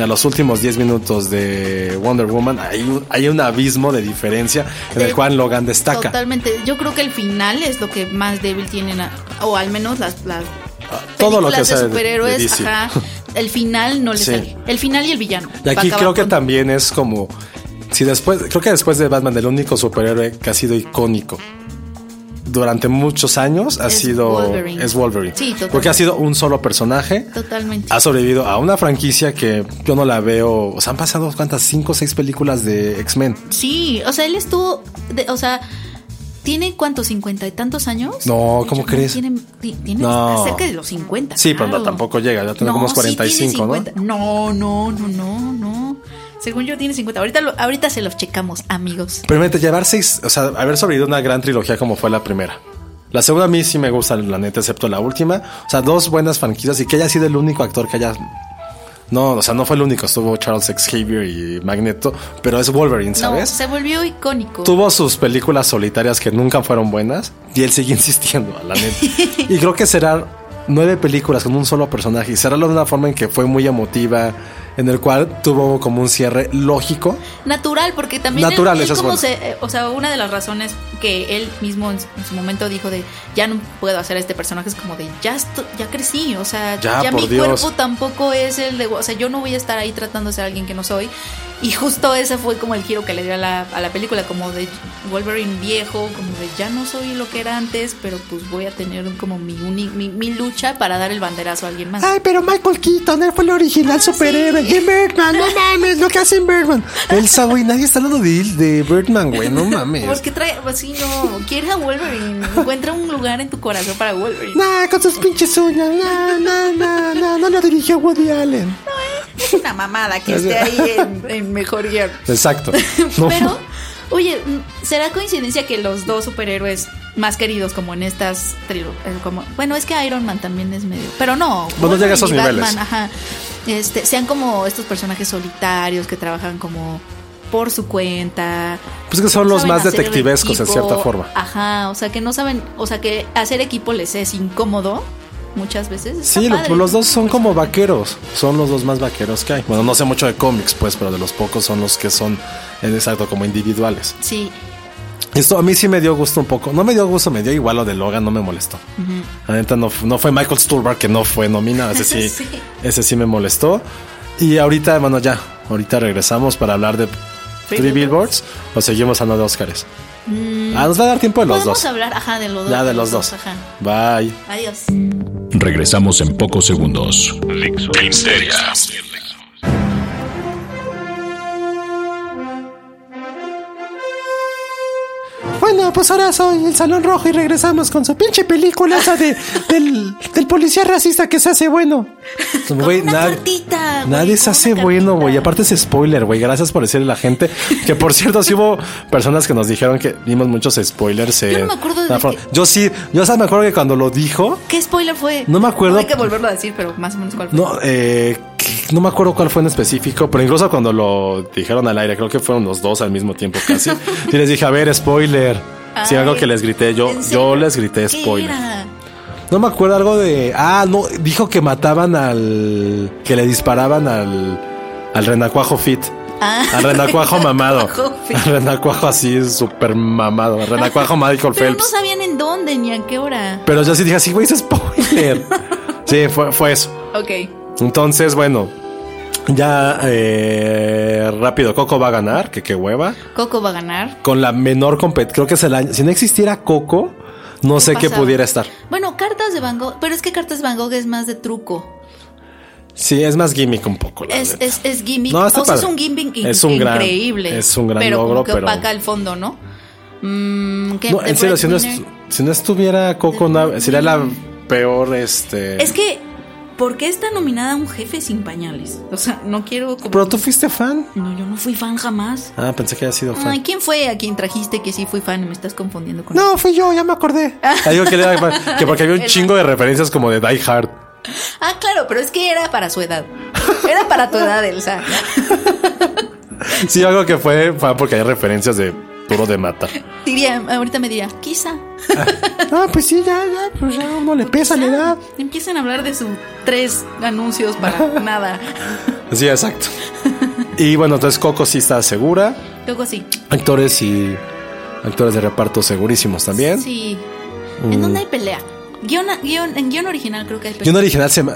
[SPEAKER 2] a los últimos 10 minutos de Wonder Woman, hay un, hay un abismo de diferencia en el
[SPEAKER 3] De-
[SPEAKER 2] cual Logan destaca.
[SPEAKER 3] Totalmente. Yo creo que el final es lo que más débil tienen, a- o al menos las, las
[SPEAKER 2] todo lo que
[SPEAKER 3] películas
[SPEAKER 2] sea de-
[SPEAKER 3] de
[SPEAKER 2] de
[SPEAKER 3] superhéroes.
[SPEAKER 2] DC.
[SPEAKER 3] ajá. El final no les
[SPEAKER 2] Sí.
[SPEAKER 3] sale. El final y el villano.
[SPEAKER 2] Y
[SPEAKER 3] Pa'
[SPEAKER 2] aquí
[SPEAKER 3] acabar
[SPEAKER 2] creo que
[SPEAKER 3] con-
[SPEAKER 2] también es como. Si después, creo que después de Batman, el único superhéroe que ha sido icónico durante muchos años ha
[SPEAKER 3] Es
[SPEAKER 2] sido.
[SPEAKER 3] Wolverine.
[SPEAKER 2] Es Wolverine.
[SPEAKER 3] Sí, totalmente.
[SPEAKER 2] Porque ha sido un solo personaje.
[SPEAKER 3] Totalmente.
[SPEAKER 2] Ha sobrevivido a una franquicia que yo no la veo. O sea, han pasado cuántas, cinco o seis películas de X-Men.
[SPEAKER 3] Sí, o sea, él estuvo, de- o sea, tiene cuántos cincuenta y tantos años.
[SPEAKER 2] No, ¿cómo
[SPEAKER 3] Jackman
[SPEAKER 2] crees?
[SPEAKER 3] Tiene, ti- tiene
[SPEAKER 2] No.
[SPEAKER 3] hasta cerca de los 50.
[SPEAKER 2] Sí, pero
[SPEAKER 3] claro.
[SPEAKER 2] tampoco llega, ya tiene como unos
[SPEAKER 3] sí tiene
[SPEAKER 2] 45, ¿no?
[SPEAKER 3] 50. No, no, no, no, no. Según yo tiene 50. Ahorita, lo- ahorita se los checamos, amigos.
[SPEAKER 2] Primeramente, llevar seis, o sea, haber sobrevivido una gran trilogía como fue la primera. La segunda a mí sí me gusta, la neta, excepto la última. O sea, dos buenas franquicias y que haya sido el único actor que haya... No, o sea, no fue el único, estuvo Charles Xavier y Magneto, pero es Wolverine, ¿sabes?
[SPEAKER 3] No, se volvió icónico.
[SPEAKER 2] Tuvo sus películas solitarias que nunca fueron buenas y él sigue insistiendo, la neta. y creo que será nueve películas con un solo personaje y cerrarlo de una forma en que fue muy emotiva, en el cual tuvo como un cierre lógico.
[SPEAKER 3] Natural, porque también él-
[SPEAKER 2] Natural,
[SPEAKER 3] él
[SPEAKER 2] esa es
[SPEAKER 3] como
[SPEAKER 2] buena.
[SPEAKER 3] se- eh, o sea, una de las razones que él mismo en su, en su momento dijo de ya no puedo hacer este personaje es como de ya esto- ya crecí, o sea,
[SPEAKER 2] Ya,
[SPEAKER 3] ya,
[SPEAKER 2] por
[SPEAKER 3] mi
[SPEAKER 2] Dios.
[SPEAKER 3] cuerpo tampoco es el de, o sea, yo no voy a estar ahí tratando de ser alguien que no soy. Y justo ese fue como el giro que le dio a la, a la película, como de Wolverine viejo, como de ya no soy lo que era antes, pero pues voy a tener como mi, uni- mi, mi lucha para dar el banderazo a alguien más. Ah,
[SPEAKER 2] Ay, pero Michael Keaton, él fue el original superhéroe. de Birdman, no mames, lo que hacen Birdman. Elsa, güey, nadie está hablando de, de Birdman, güey, no mames.
[SPEAKER 3] Porque trae, pues sí, no, quiere a Wolverine. Encuentra un lugar en tu corazón para Wolverine.
[SPEAKER 2] Nah, con sus pinches uñas, nah, nah, nah, nah, no lo dirigió Woody Allen.
[SPEAKER 3] Es una mamada que esté ahí en, en mejor guión.
[SPEAKER 2] Exacto. No.
[SPEAKER 3] Pero, oye, ¿será coincidencia que los dos superhéroes más queridos como en estas trilo- eh, como bueno es que Iron Man también es medio pero no
[SPEAKER 2] Bueno, llega a esos
[SPEAKER 3] y Batman,
[SPEAKER 2] niveles.
[SPEAKER 3] ajá, este sean como estos personajes solitarios que trabajan como por su cuenta
[SPEAKER 2] Pues que son
[SPEAKER 3] no
[SPEAKER 2] los
[SPEAKER 3] saben
[SPEAKER 2] más
[SPEAKER 3] hacer
[SPEAKER 2] detectivescos en
[SPEAKER 3] equipo,
[SPEAKER 2] cierta forma.
[SPEAKER 3] ajá o sea que no saben o sea que hacer equipo les es incómodo muchas veces Está
[SPEAKER 2] Sí, lo-
[SPEAKER 3] padre.
[SPEAKER 2] los dos son como vaqueros. Son los dos más vaqueros que hay. Bueno, no sé mucho de cómics, pues, pero de los pocos son los que son, en exacto, como individuales.
[SPEAKER 3] sí
[SPEAKER 2] Esto a mí sí me dio gusto un poco. No me dio gusto, me dio igual lo de Logan, no me molestó. La neta no, fu- no fue Michael Stuhlbarg que no fue nominado. Ese sí,
[SPEAKER 3] Sí.
[SPEAKER 2] ese sí me molestó. Y ahorita, hermano, ya. Ahorita regresamos para hablar de Three Billboards o seguimos hablando de Oscars.
[SPEAKER 3] Mm.
[SPEAKER 2] Ah, nos va a dar tiempo de los
[SPEAKER 3] podemos
[SPEAKER 2] dos.
[SPEAKER 3] hablar ajá de los dos
[SPEAKER 2] Ya de los dos.
[SPEAKER 3] ajá.
[SPEAKER 2] Bye.
[SPEAKER 3] adiós
[SPEAKER 1] Regresamos en pocos segundos. Filmsteria.
[SPEAKER 2] Bueno, pues ahora soy el Salón Rojo y regresamos con su pinche película esa de, del, del policía racista que se hace bueno. Güey,
[SPEAKER 3] una
[SPEAKER 2] nad-
[SPEAKER 3] cartita, güey,
[SPEAKER 2] nadie se
[SPEAKER 3] con
[SPEAKER 2] hace
[SPEAKER 3] una
[SPEAKER 2] bueno,
[SPEAKER 3] cartita.
[SPEAKER 2] güey. Aparte es spoiler, güey. Gracias por decirle a la gente. Que por cierto, sí hubo personas que nos dijeron que vimos muchos spoilers.
[SPEAKER 3] Yo no
[SPEAKER 2] en
[SPEAKER 3] me acuerdo de
[SPEAKER 2] la for-
[SPEAKER 3] que-
[SPEAKER 2] Yo sí, yo hasta me acuerdo que cuando lo dijo,
[SPEAKER 3] qué spoiler fue
[SPEAKER 2] No me acuerdo.
[SPEAKER 3] hay que volverlo a decir pero más o menos cuál fue
[SPEAKER 2] no, eh, no me acuerdo cuál fue en específico, pero incluso cuando lo dijeron al aire, creo que fueron los dos al mismo tiempo casi. y les dije, a ver, spoiler. Sí,
[SPEAKER 3] Ay,
[SPEAKER 2] algo que les grité, yo,
[SPEAKER 3] ¿en serio?
[SPEAKER 2] yo les grité
[SPEAKER 3] ¿Qué
[SPEAKER 2] spoiler.
[SPEAKER 3] era?
[SPEAKER 2] No me acuerdo algo de. Ah, no, dijo que mataban al. que le disparaban al. al renacuajo fit.
[SPEAKER 3] Ah.
[SPEAKER 2] al renacuajo mamado.
[SPEAKER 3] Renacuajo fit.
[SPEAKER 2] al renacuajo así súper mamado. Al renacuajo Michael
[SPEAKER 3] Pero no
[SPEAKER 2] Phelps.
[SPEAKER 3] sabían en dónde ni a qué hora.
[SPEAKER 2] Pero yo sí dije así, güey, es spoiler. sí, fue, fue eso.
[SPEAKER 3] Ok.
[SPEAKER 2] Entonces, bueno. Ya eh, rápido, Coco va a ganar, que qué hueva.
[SPEAKER 3] Coco va a ganar.
[SPEAKER 2] Con la menor competencia. Creo que es el año. Si no existiera Coco, no sé qué
[SPEAKER 3] pasaba?
[SPEAKER 2] pudiera estar.
[SPEAKER 3] Bueno, cartas de Van Gogh. Pero es que cartas de Van Gogh es más de truco.
[SPEAKER 2] Sí, es más gimmick un poco. la
[SPEAKER 3] Es,
[SPEAKER 2] neta.
[SPEAKER 3] es, es gimmick.
[SPEAKER 2] No,
[SPEAKER 3] o
[SPEAKER 2] está
[SPEAKER 3] sea, es
[SPEAKER 2] padre.
[SPEAKER 3] un gimmick in-
[SPEAKER 2] Es un gran-
[SPEAKER 3] increíble.
[SPEAKER 2] es un gran
[SPEAKER 3] pero
[SPEAKER 2] logro,
[SPEAKER 3] como que
[SPEAKER 2] pero-
[SPEAKER 3] opaca el fondo, ¿no? Mm, que
[SPEAKER 2] No,
[SPEAKER 3] The
[SPEAKER 2] en serio, si no,
[SPEAKER 3] Breadwinner-
[SPEAKER 2] estu- si no estuviera Coco, na- sería la peor, este...
[SPEAKER 3] Es que, ¿por qué está nominada un jefe sin pañales? O sea, no quiero... como-
[SPEAKER 2] Pero tú fuiste fan.
[SPEAKER 3] No, yo no fui fan jamás.
[SPEAKER 2] Ah, pensé que había sido fan.
[SPEAKER 3] Ay, ¿quién fue a quien trajiste que sí fui fan? Me estás confundiendo con...
[SPEAKER 2] no, fui yo, ya me acordé. Ah, digo que, le era fan, que porque había un chingo de referencias como de Die Hard.
[SPEAKER 3] Ah, claro, pero es que era para su edad. Era para tu edad, Elsa.
[SPEAKER 2] Sí, algo que fue fan porque hay referencias de Duro de Matar.
[SPEAKER 3] Diría, ahorita me diría, quizá.
[SPEAKER 2] Ah, pues sí, ya, ya, pues ya uno le pesa la edad.
[SPEAKER 3] Empiezan a hablar de sus tres anuncios para nada.
[SPEAKER 2] Sí, exacto. Y bueno, entonces Coco sí está segura.
[SPEAKER 3] Luego sí.
[SPEAKER 2] Actores y actores de reparto segurísimos también.
[SPEAKER 3] Sí.
[SPEAKER 2] Mm.
[SPEAKER 3] ¿En dónde hay pelea? Guión, guión- en guión original creo que hay
[SPEAKER 2] Y
[SPEAKER 3] pelea.
[SPEAKER 2] un original se me-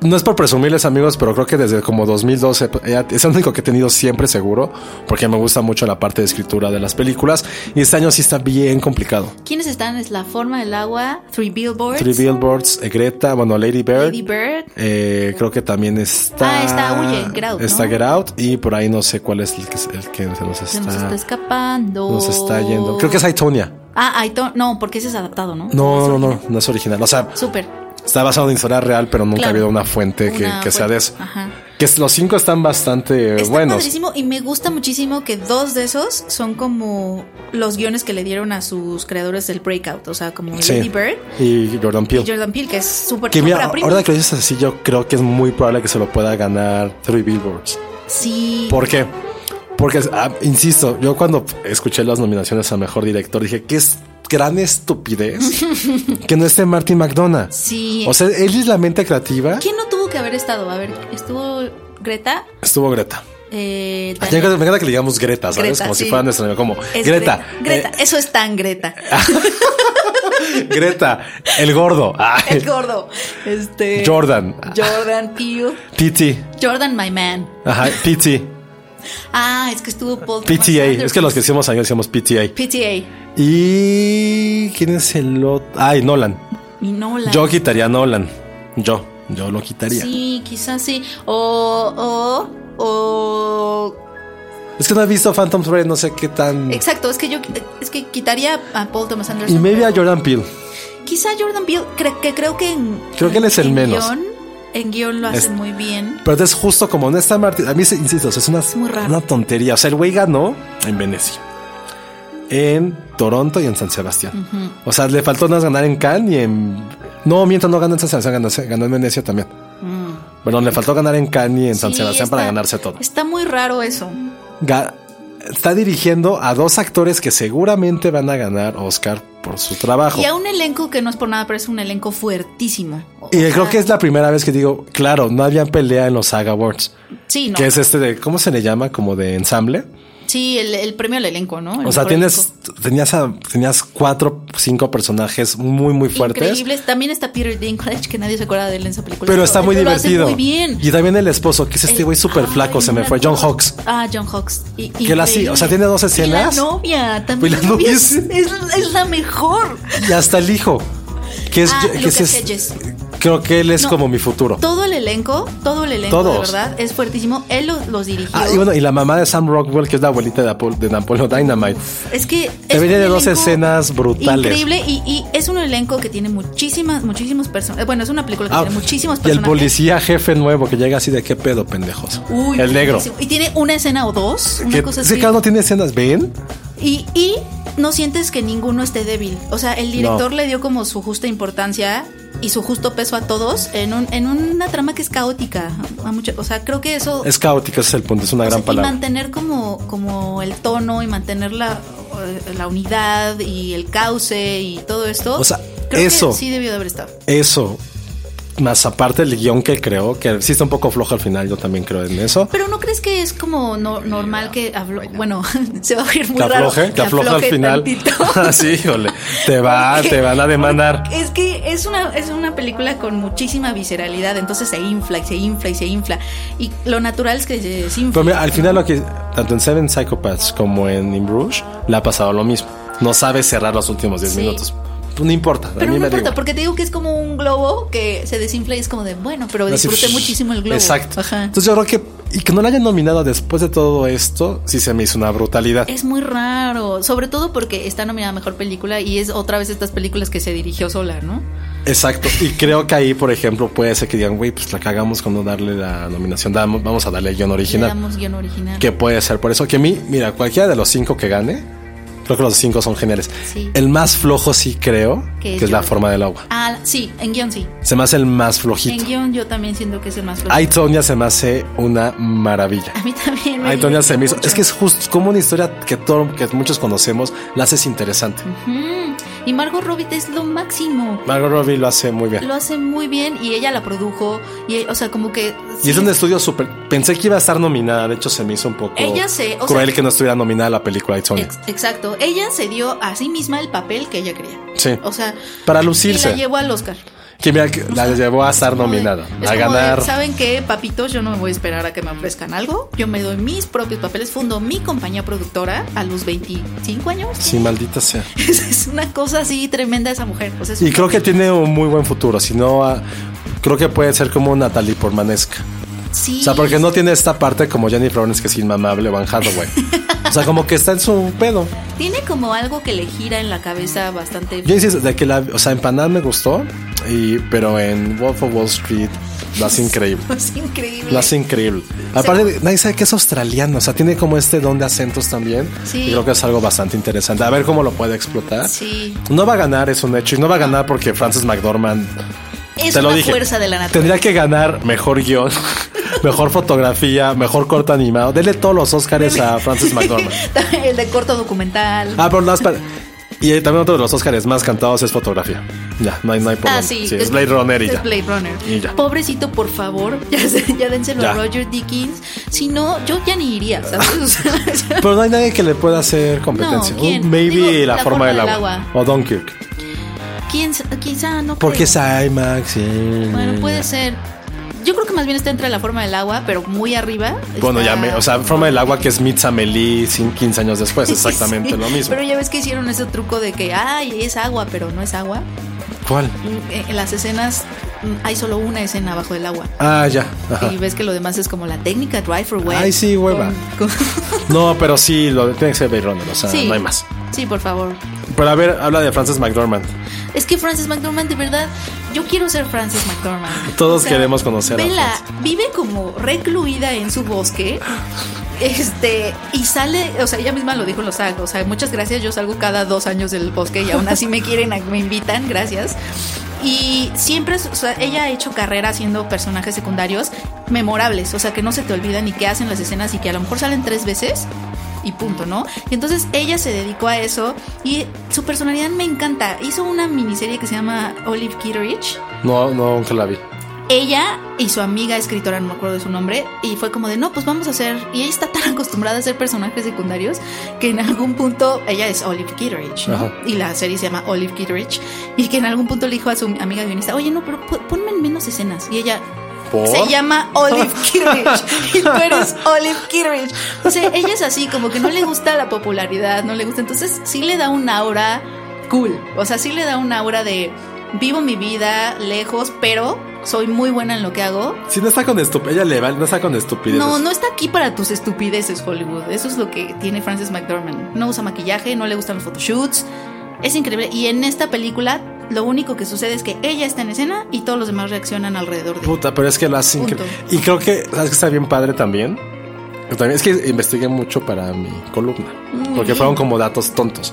[SPEAKER 2] No es por presumirles amigos, pero creo que desde como 2012 eh, es el único que he tenido siempre seguro, porque me gusta mucho la parte de escritura de las películas y este año sí está bien complicado.
[SPEAKER 3] ¿Quiénes están? Es La Forma del Agua, Three Billboards,
[SPEAKER 2] Three Billboards, eh, Greta, bueno, Lady Bird.
[SPEAKER 3] Lady Bird.
[SPEAKER 2] eh, creo que también está.
[SPEAKER 3] Ah, está Huye, Get Out, ¿no?
[SPEAKER 2] Está Get Out, y por ahí no sé cuál es el que, el que se nos
[SPEAKER 3] Se nos está
[SPEAKER 2] está.
[SPEAKER 3] escapando.
[SPEAKER 2] Nos está yendo. Creo que es Aitonia.
[SPEAKER 3] Ah, Aito. No, porque ese es adaptado, ¿no?
[SPEAKER 2] No, no, no, no es original. O sea,
[SPEAKER 3] Súper.
[SPEAKER 2] está basado en historia real, pero nunca
[SPEAKER 3] Claro.
[SPEAKER 2] ha habido una fuente que,
[SPEAKER 3] Una
[SPEAKER 2] que sea
[SPEAKER 3] fuente.
[SPEAKER 2] de eso. Eh,
[SPEAKER 3] Ajá.
[SPEAKER 2] Que los cinco están bastante
[SPEAKER 3] Está
[SPEAKER 2] buenos.
[SPEAKER 3] padrísimo y me gusta muchísimo que dos de esos son como los guiones que le dieron a sus creadores del Breakout, o sea, como
[SPEAKER 2] Sí.
[SPEAKER 3] Lady Bird
[SPEAKER 2] Y Jordan
[SPEAKER 3] y
[SPEAKER 2] Peele.
[SPEAKER 3] Jordan Peele, que es súper
[SPEAKER 2] que mira,
[SPEAKER 3] ópera prima.
[SPEAKER 2] ahora que lo dices así, yo creo que es muy probable que se lo pueda ganar Three Billboards.
[SPEAKER 3] Sí.
[SPEAKER 2] ¿Por qué? Porque, ah, insisto, yo cuando escuché las nominaciones a Mejor Director dije, qué es gran estupidez que no esté Martin McDonough.
[SPEAKER 3] Sí.
[SPEAKER 2] O sea, él es la mente creativa.
[SPEAKER 3] ¿Quién no tuvo que haber estado? A ver, estuvo Greta,
[SPEAKER 2] Estuvo Greta.
[SPEAKER 3] eh,
[SPEAKER 2] Me
[SPEAKER 3] Dan-
[SPEAKER 2] encanta, me encanta que le digamos Greta, ¿sabes?
[SPEAKER 3] Greta,
[SPEAKER 2] como si
[SPEAKER 3] sí.
[SPEAKER 2] fuera nuestra amiga, Como,
[SPEAKER 3] es
[SPEAKER 2] Greta.
[SPEAKER 3] este, Greta, eso es tan Greta.
[SPEAKER 2] eh, Greta, el gordo. Ay,
[SPEAKER 3] El gordo. Este.
[SPEAKER 2] Jordan.
[SPEAKER 3] Jordan Peele.
[SPEAKER 2] Pity.
[SPEAKER 3] Jordan, my man.
[SPEAKER 2] Ajá, Pity.
[SPEAKER 3] Ah, es que estuvo Paul Thomas
[SPEAKER 2] PTA. Es que
[SPEAKER 3] Anderson.
[SPEAKER 2] los que hicimos años decíamos PTA.
[SPEAKER 3] PTA.
[SPEAKER 2] Y. ¿Quién es el otro? Ay, Nolan.
[SPEAKER 3] Y Nolan.
[SPEAKER 2] Yo quitaría a Nolan. Yo. Yo lo quitaría.
[SPEAKER 3] Sí, quizás sí. O, o, o.
[SPEAKER 2] Es que no he visto Phantom Thread, no sé qué tan.
[SPEAKER 3] Exacto, es que yo es que quitaría a Paul Thomas
[SPEAKER 2] Mm. Y
[SPEAKER 3] Anderson.
[SPEAKER 2] maybe a Jordan Peele.
[SPEAKER 3] Quizá Jordan Peele, cre- que creo que en.
[SPEAKER 2] Creo que él es el
[SPEAKER 3] en
[SPEAKER 2] menos.
[SPEAKER 3] guión- en guión lo hace
[SPEAKER 2] Es-
[SPEAKER 3] muy bien.
[SPEAKER 2] Pero es justo como no está Martin. A mí, se- insisto, es una,
[SPEAKER 3] muy raro.
[SPEAKER 2] una tontería. O sea, el güey ganó en Venecia, en Toronto y en San Sebastián. O sea, le faltó nada más ganar en Cannes y en. No, mientras no ganó en San Sebastián, ganó, ganó en Venecia también. Perdón, le faltó ganar en Cannes y en San
[SPEAKER 3] Mm. Sí,
[SPEAKER 2] Sebastián
[SPEAKER 3] está-
[SPEAKER 2] para ganarse todo.
[SPEAKER 3] Está muy raro eso.
[SPEAKER 2] Ga- está dirigiendo a dos actores que seguramente van a ganar Oscar por su trabajo.
[SPEAKER 3] Y a un elenco que no es por nada, pero es un elenco fuertísimo. O-
[SPEAKER 2] Y
[SPEAKER 3] o
[SPEAKER 2] creo
[SPEAKER 3] sea,
[SPEAKER 2] que es la primera vez que digo, claro, no había pelea en los Saga Awards,
[SPEAKER 3] Sí, no.
[SPEAKER 2] que es este de, ¿cómo se le llama? Como de ensamble.
[SPEAKER 3] Sí, el, el premio al elenco, ¿no? El
[SPEAKER 2] O sea,
[SPEAKER 3] mejor
[SPEAKER 2] tienes,
[SPEAKER 3] elenco.
[SPEAKER 2] tenías, a- tenías cuatro, cinco personajes muy, muy fuertes.
[SPEAKER 3] Increíbles. También está Peter Dinklage, que nadie se acuerda de él en esa película.
[SPEAKER 2] Pero está
[SPEAKER 3] él
[SPEAKER 2] muy
[SPEAKER 3] lo
[SPEAKER 2] divertido.
[SPEAKER 3] Hace muy bien.
[SPEAKER 2] Y también el esposo, que es este
[SPEAKER 3] El-
[SPEAKER 2] güey súper
[SPEAKER 3] ay,
[SPEAKER 2] flaco, se
[SPEAKER 3] no
[SPEAKER 2] me fue, John
[SPEAKER 3] acuerdo.
[SPEAKER 2] Hawks.
[SPEAKER 3] Ah, John Hawks. Y,
[SPEAKER 2] Que la sí,
[SPEAKER 3] increíble.
[SPEAKER 2] o sea, tiene dos escenas.
[SPEAKER 3] Y la novia también.
[SPEAKER 2] Y la novia
[SPEAKER 3] es,
[SPEAKER 2] sí.
[SPEAKER 3] es, es la mejor.
[SPEAKER 2] Y hasta el hijo, que es,
[SPEAKER 3] Ah,
[SPEAKER 2] que
[SPEAKER 3] Lucas
[SPEAKER 2] es-
[SPEAKER 3] Hedges.
[SPEAKER 2] creo que él es
[SPEAKER 3] No.
[SPEAKER 2] como mi futuro.
[SPEAKER 3] Todo el elenco, todo el elenco, de
[SPEAKER 2] Todos.
[SPEAKER 3] verdad, es fuertísimo. Él lo- los dirigió.
[SPEAKER 2] Ah, y bueno, y la mamá de Sam Rockwell, que es la abuelita de, Apol- de Napoleon Dynamite.
[SPEAKER 3] Es que.
[SPEAKER 2] Te
[SPEAKER 3] es
[SPEAKER 2] venía
[SPEAKER 3] un
[SPEAKER 2] de dos
[SPEAKER 3] elenco
[SPEAKER 2] escenas brutales.
[SPEAKER 3] Increíble. Y, y es un elenco que tiene muchísimas, muchísimos personajes. Bueno, es una película que
[SPEAKER 2] Ah,
[SPEAKER 3] tiene muchísimos
[SPEAKER 2] y el
[SPEAKER 3] personajes.
[SPEAKER 2] policía jefe nuevo que llega así de qué pedo, pendejos.
[SPEAKER 3] Uy,
[SPEAKER 2] el negro.
[SPEAKER 3] buenísimo. Y tiene una escena o dos. Una
[SPEAKER 2] Que,
[SPEAKER 3] cosa
[SPEAKER 2] ese
[SPEAKER 3] así.
[SPEAKER 2] cabrón no tiene escenas, ¿ven?
[SPEAKER 3] Y, y no sientes que ninguno esté débil. O sea, el director
[SPEAKER 2] No.
[SPEAKER 3] le dio como su justa importancia y su justo peso a todos en, un, en una trama que es caótica. A mucho- o sea, creo que eso...
[SPEAKER 2] Es caótico, ese es el punto, es una
[SPEAKER 3] o sea,
[SPEAKER 2] gran palabra.
[SPEAKER 3] Y mantener como, como el tono y mantener la, eh, la unidad y el cauce y todo esto.
[SPEAKER 2] O sea,
[SPEAKER 3] creo
[SPEAKER 2] eso.
[SPEAKER 3] Que sí debió de haber estado.
[SPEAKER 2] Eso. Más aparte el guión que creo, que sí está un poco flojo al final, yo también creo en eso.
[SPEAKER 3] Pero ¿no crees que es como no- normal que... hablo- bueno, se va a oír muy
[SPEAKER 2] Que
[SPEAKER 3] raro.
[SPEAKER 2] afloje, que afloje al final.
[SPEAKER 3] tantito.
[SPEAKER 2] Ah, sí, híjole. Te van,
[SPEAKER 3] Porque-
[SPEAKER 2] te van a demandar.
[SPEAKER 3] Es que es una, es una película con muchísima visceralidad, entonces se infla y se infla y se infla. Y lo natural es que se desinfla.
[SPEAKER 2] Pero mira, al final lo que tanto en Seven Psychopaths como en In Bruges le ha pasado lo mismo. No sabe cerrar los últimos 10
[SPEAKER 3] Sí.
[SPEAKER 2] minutos. No importa, a
[SPEAKER 3] Pero
[SPEAKER 2] mí
[SPEAKER 3] no
[SPEAKER 2] me da
[SPEAKER 3] importa,
[SPEAKER 2] igual.
[SPEAKER 3] porque te digo que es como un globo que se desinfla y es como de, bueno, pero disfruté
[SPEAKER 2] Así,
[SPEAKER 3] muchísimo el globo.
[SPEAKER 2] Exacto.
[SPEAKER 3] Ajá.
[SPEAKER 2] Entonces yo creo que y que no la hayan nominado después de todo esto, sí se me hizo una brutalidad.
[SPEAKER 3] Es muy raro, sobre todo porque está nominada a Mejor Película y es otra vez estas películas que se dirigió sola, ¿no?
[SPEAKER 2] Exacto. Y creo que ahí, por ejemplo, puede ser que digan, güey, pues la cagamos con no darle la nominación. Damos- vamos a darle el guión
[SPEAKER 3] Le
[SPEAKER 2] original.
[SPEAKER 3] damos guión original.
[SPEAKER 2] Que puede ser por eso que a mí, mira, cualquiera de los cinco que gane, creo que los cinco son geniales.
[SPEAKER 3] Sí.
[SPEAKER 2] El más flojo sí creo,
[SPEAKER 3] Que
[SPEAKER 2] que
[SPEAKER 3] es
[SPEAKER 2] es la
[SPEAKER 3] yo.
[SPEAKER 2] forma del agua.
[SPEAKER 3] Ah, sí, en guión sí.
[SPEAKER 2] Se me hace el más flojito.
[SPEAKER 3] En guión yo también siento que es el más flojo.
[SPEAKER 2] Ay, Tonya se me hace una maravilla.
[SPEAKER 3] A mí también. me
[SPEAKER 2] Ay, Tonya se me hizo.
[SPEAKER 3] divirtió
[SPEAKER 2] Es que es
[SPEAKER 3] mucho.
[SPEAKER 2] justo como una historia que, todo, que muchos conocemos, la haces interesante.
[SPEAKER 3] Mm, Y Margot Robbie es lo máximo.
[SPEAKER 2] Margot Robbie lo hace muy bien.
[SPEAKER 3] Lo hace muy bien y ella la produjo. Y, o sea, como que.
[SPEAKER 2] Y es un estudio súper. Pensé que iba a estar nominada. De hecho, se me hizo un poco
[SPEAKER 3] Ella se- o
[SPEAKER 2] cruel
[SPEAKER 3] sea-
[SPEAKER 2] que no estuviera nominada la película de Tonya.
[SPEAKER 3] Ex- Exacto. Ella se dio a sí misma el papel que ella quería.
[SPEAKER 2] Sí.
[SPEAKER 3] O sea.
[SPEAKER 2] Para
[SPEAKER 3] Y la
[SPEAKER 2] lucirse.
[SPEAKER 3] llevó al Oscar.
[SPEAKER 2] Que mira, que la llevó a estar
[SPEAKER 3] Como de-
[SPEAKER 2] nominada.
[SPEAKER 3] es
[SPEAKER 2] A
[SPEAKER 3] como de,
[SPEAKER 2] ganar.
[SPEAKER 3] ¿Saben qué, papitos? Yo no me voy a esperar a que me ofrezcan algo. Yo me doy mis propios papeles. Fundo mi compañía productora a los 25 años.
[SPEAKER 2] Sí, maldita sea.
[SPEAKER 3] es una cosa así tremenda esa mujer. O sea, es
[SPEAKER 2] Y
[SPEAKER 3] una-
[SPEAKER 2] creo que tiene un muy buen futuro. Si no, ah, creo que puede ser como Natalie Portmanesca.
[SPEAKER 3] Sí.
[SPEAKER 2] O sea, porque no tiene esta parte como Jennifer Lawrence que es inmamable, Van Hathaway. O sea, como que está en su pedo.
[SPEAKER 3] Tiene como algo que le gira en la cabeza bastante.
[SPEAKER 2] Yo insisto, de que la, o sea, en Panam me gustó, y, pero en Wolf of Wall Street la hace increíble.
[SPEAKER 3] Es increíble.
[SPEAKER 2] La hace increíble. Aparte, de- nadie sabe que es australiano, o sea, tiene como este don de acentos también.
[SPEAKER 3] Sí.
[SPEAKER 2] Y creo que es algo bastante interesante. A ver cómo lo puede explotar.
[SPEAKER 3] Sí.
[SPEAKER 2] No va a ganar, es un hecho. Y no va a ganar porque Frances McDormand.
[SPEAKER 3] Es
[SPEAKER 2] te lo
[SPEAKER 3] una
[SPEAKER 2] dije.
[SPEAKER 3] fuerza de la naturaleza.
[SPEAKER 2] Tendría que ganar mejor guión, mejor fotografía, mejor corto animado. Dele todos los Óscares a Frances McDormand.
[SPEAKER 3] el de corto documental.
[SPEAKER 2] Ah, pero las pa- Y eh, también otro de los Óscares más cantados es fotografía. Ya, no hay, no hay problema.
[SPEAKER 3] Ah, sí.
[SPEAKER 2] es Blade Runner y
[SPEAKER 3] es
[SPEAKER 2] ya.
[SPEAKER 3] Blade Runner.
[SPEAKER 2] Y ya.
[SPEAKER 3] Pobrecito, por favor. Ya, sé, ya dénselo
[SPEAKER 2] Ya.
[SPEAKER 3] a Roger Dickens. Si no, yo ya ni iría, ¿sabes? O sea,
[SPEAKER 2] Pero no hay nadie que le pueda hacer competencia.
[SPEAKER 3] No, ¿quién?
[SPEAKER 2] Uh, maybe
[SPEAKER 3] Digo,
[SPEAKER 2] la, forma, del agua. O Dunkirk.
[SPEAKER 3] ¿quién sa- quizá no.
[SPEAKER 2] Porque
[SPEAKER 3] creo.
[SPEAKER 2] es IMAX. y-
[SPEAKER 3] Bueno, puede ser. Yo creo que más bien está entre la forma del agua, pero muy arriba.
[SPEAKER 2] Bueno,
[SPEAKER 3] está-
[SPEAKER 2] ya me. O sea, forma del agua que es Mitzameli 15 años después. Exactamente
[SPEAKER 3] Sí,
[SPEAKER 2] lo mismo.
[SPEAKER 3] Pero ya ves que hicieron ese truco de que, ay, es agua, pero no es agua.
[SPEAKER 2] ¿Cuál?
[SPEAKER 3] En en las escenas mm, hay solo una escena bajo el agua.
[SPEAKER 2] Ah, ya. Ajá.
[SPEAKER 3] Y ves que lo demás es como la técnica drive for web.
[SPEAKER 2] Ay, sí, hueva.
[SPEAKER 3] Con-
[SPEAKER 2] No, pero sí, lo, tiene que ser Blade Runner, o sea,
[SPEAKER 3] Sí.
[SPEAKER 2] no hay más.
[SPEAKER 3] Sí, por favor.
[SPEAKER 2] Pero a ver, habla de Frances McDormand.
[SPEAKER 3] Es que Frances McDormand, de verdad, yo quiero ser Frances McDormand.
[SPEAKER 2] Todos queremos conocer a
[SPEAKER 3] Vela, vive como recluida en su bosque. Este, y sale, o sea, ella misma lo dijo en los algo, o sea, muchas gracias, yo salgo cada dos años del bosque y aún así me quieren, me invitan, gracias. Y siempre, o sea, ella ha hecho carrera haciendo personajes secundarios memorables, o sea, que no se te olvidan y que hacen las escenas y que a lo mejor salen tres veces y punto, ¿no? Y entonces ella se dedicó a eso y su personalidad me encanta. Hizo una miniserie que se llama Olive Kitteridge
[SPEAKER 2] No, no, nunca la vi.
[SPEAKER 3] ella y su amiga escritora, no me acuerdo de su nombre, y fue como de, no, pues vamos a hacer, y ella está tan acostumbrada a hacer personajes secundarios que en algún punto, ella es Olive Kitteridge, ¿no?
[SPEAKER 2] Ajá.
[SPEAKER 3] y la serie se llama Olive Kitteridge, y que en algún punto le dijo a su amiga guionista, oye, no, pero pon- ponme en menos escenas, y ella...
[SPEAKER 2] ¿Por?
[SPEAKER 3] Se llama Olive Kitteridge y tú eres Olive Kitteridge. O sea, ella es así, como que no le gusta la popularidad, no le gusta. Entonces, sí le da un aura cool. O sea, sí le da un aura de vivo mi vida lejos, pero soy muy buena en lo que hago.
[SPEAKER 2] Sí, no está con estupidez. Ella le vale, no está con estupidez.
[SPEAKER 3] No, no está aquí para tus estupideces, Hollywood. Eso es lo que tiene Frances McDormand. No usa maquillaje, no le gustan los photoshoots. Es increíble. Y en esta película, lo único que sucede es que ella está en escena y todos los demás reaccionan alrededor de ella.
[SPEAKER 2] Puta, pero es que lo hace
[SPEAKER 3] Punto.
[SPEAKER 2] increíble. Y creo que, ¿sabes que está bien padre también? Que también es que investigué mucho para mi columna. porque fueron como datos tontos.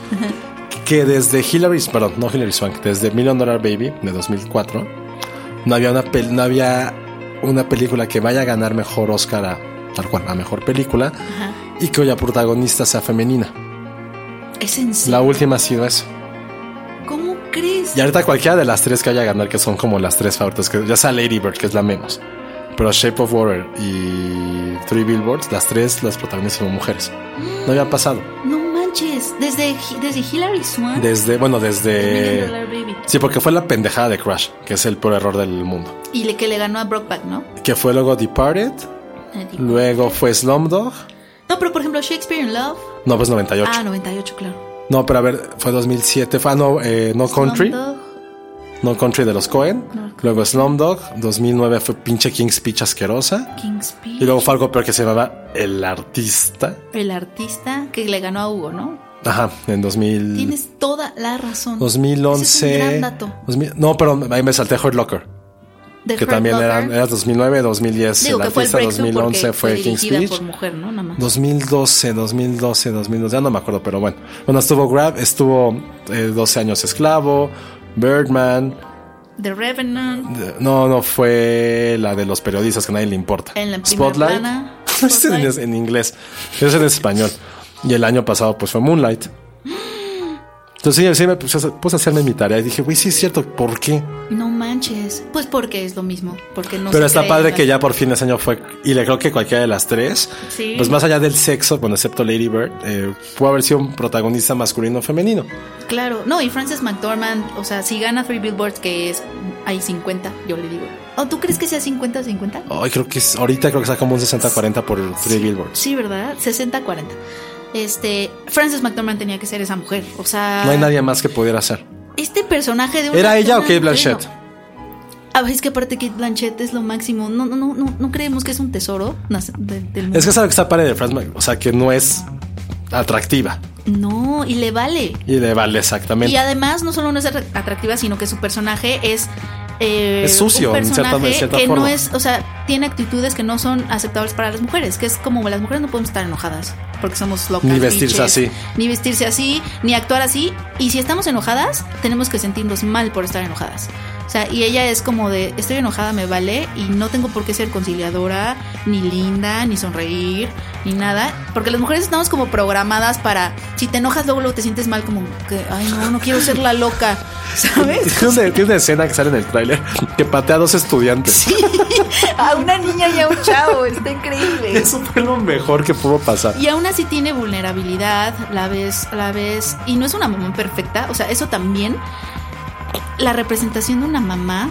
[SPEAKER 2] que desde Hillary, perdón, no Hillary Swank, desde Million Dollar Baby de 2004, no había una, pel- no había una película que vaya a ganar mejor Oscar a tal cual, a mejor película, y que cuya protagonista sea femenina.
[SPEAKER 3] Es en sí.
[SPEAKER 2] La última ha sido eso.
[SPEAKER 3] ¿Cómo crees?
[SPEAKER 2] Y ahorita cualquiera de las tres que haya a ganar, que son como las tres favoritas, que ya sea Lady Bird, que es la menos. Pero Shape of Water y Three Billboards, las tres las protagonistas son mujeres. No había pasado.
[SPEAKER 3] No manches. Desde, Hi- desde Hillary Swan.
[SPEAKER 2] Desde, bueno,
[SPEAKER 3] Million Dollar
[SPEAKER 2] desde...
[SPEAKER 3] Baby.
[SPEAKER 2] Sí, porque fue la pendejada de Crash, que es el peor error del mundo.
[SPEAKER 3] Y le, que le ganó a Brockback, ¿no?
[SPEAKER 2] Que fue luego Departed, luego fue Slumdog.
[SPEAKER 3] No, pero por ejemplo, Shakespeare in Love.
[SPEAKER 2] No, pues 98.
[SPEAKER 3] Ah, 98, claro.
[SPEAKER 2] No, pero a ver, fue 2007. Fue, ah, no, eh, no Country.
[SPEAKER 3] Slumdog.
[SPEAKER 2] No Country de los Cohen.
[SPEAKER 3] No.
[SPEAKER 2] Luego Slumdog. 2009 fue pinche King's Speech asquerosa.
[SPEAKER 3] King's Speech.
[SPEAKER 2] Y luego fue algo peor que se llamaba El Artista.
[SPEAKER 3] El artista que le ganó a Hugo, ¿no?
[SPEAKER 2] Ajá, en 2000,
[SPEAKER 3] Tienes toda la razón.
[SPEAKER 2] 2011.
[SPEAKER 3] Ese es un gran dato.
[SPEAKER 2] 2000 no, perdón, ahí me salté Hurt Locker.
[SPEAKER 3] De
[SPEAKER 2] que
[SPEAKER 3] Herb
[SPEAKER 2] también
[SPEAKER 3] Locker.
[SPEAKER 2] eran, era 2009, 2010.
[SPEAKER 3] Digo
[SPEAKER 2] el
[SPEAKER 3] que fue el
[SPEAKER 2] artista
[SPEAKER 3] breakthrough
[SPEAKER 2] 2011
[SPEAKER 3] porque
[SPEAKER 2] fue
[SPEAKER 3] fue
[SPEAKER 2] King's
[SPEAKER 3] dirigida
[SPEAKER 2] Speech.
[SPEAKER 3] por mujer, ¿no? Nada más.
[SPEAKER 2] 2012, 2012, 2012, ya no me acuerdo, pero bueno. Bueno, estuvo Grab, estuvo eh, 12 años esclavo, Birdman.
[SPEAKER 3] The Revenant.
[SPEAKER 2] eh, No, no fue la de los periodistas que a nadie le importa.
[SPEAKER 3] En la primera
[SPEAKER 2] Spotlight.
[SPEAKER 3] plana,
[SPEAKER 2] No, ese
[SPEAKER 3] Spotlight.
[SPEAKER 2] es en inglés, ese es en español. Y el año pasado pues fue Moonlight. Entonces sí, sí me puse, a- puse a hacerme mi tarea y dije, güey, sí es cierto, ¿por qué?
[SPEAKER 3] No manches. Pues porque es lo mismo. Porque no
[SPEAKER 2] Pero
[SPEAKER 3] se
[SPEAKER 2] está
[SPEAKER 3] cree
[SPEAKER 2] padre
[SPEAKER 3] la-
[SPEAKER 2] que ya por fin ese año fue, y le creo que cualquiera de las tres,
[SPEAKER 3] Sí.
[SPEAKER 2] pues más allá del sexo, bueno, excepto Lady Bird, eh, pudo haber sido un protagonista masculino o femenino.
[SPEAKER 3] Claro, no, y Frances McDormand, o sea, si gana Three Billboards, que es. Hay 50, yo le digo. ¿O tú crees que sea 50-50?
[SPEAKER 2] Ay, creo que es- ahorita creo que está como un 60-40 por Oh, Three Billboards.
[SPEAKER 3] Sí, ¿verdad? 60-40. Este. Frances McDormand tenía que ser esa mujer. O sea.
[SPEAKER 2] No hay nadie más que pudiera hacer.
[SPEAKER 3] Este personaje de una
[SPEAKER 2] ¿Era ella o
[SPEAKER 3] persona-
[SPEAKER 2] Kate Blanchett?
[SPEAKER 3] Bueno, Ah, es que aparte Kate Blanchett es lo máximo. No, no, no, no, no creemos que es un tesoro nace- de- del mundo.
[SPEAKER 2] Es que es algo que está padre de Franz, Mac- o sea, que no es atractiva
[SPEAKER 3] No, y le vale.
[SPEAKER 2] y le vale exactamente.
[SPEAKER 3] Y además no solo no es atrac- atractiva, sino que su personaje es... eh,
[SPEAKER 2] Es sucio,
[SPEAKER 3] un
[SPEAKER 2] en cierta-
[SPEAKER 3] personaje
[SPEAKER 2] de cierta
[SPEAKER 3] que
[SPEAKER 2] forma.
[SPEAKER 3] no es, o sea, tiene actitudes que no son aceptables para las mujeres, que es como las mujeres no podemos estar enojadas porque somos locas.
[SPEAKER 2] Ni vestirse así.
[SPEAKER 3] Ni vestirse así, ni actuar así. Y si estamos enojadas, tenemos que sentirnos mal por estar enojadas. O sea, y ella es como de, estoy enojada, me vale, y no tengo por qué ser conciliadora, ni linda, ni sonreír, ni nada. Porque las mujeres estamos como programadas para, si te enojas luego, luego te sientes mal como que, ay, no, no quiero ser la loca, ¿sabes?
[SPEAKER 2] Tiene una, tiene una escena que sale en el tráiler que patea a dos estudiantes.
[SPEAKER 3] A una niña y a un chavo, está increíble.
[SPEAKER 2] Eso fue lo mejor que pudo pasar.
[SPEAKER 3] Y aún así tiene vulnerabilidad, la ves, la ves, y no es una mamá perfecta, o sea, eso también, la representación de una mamá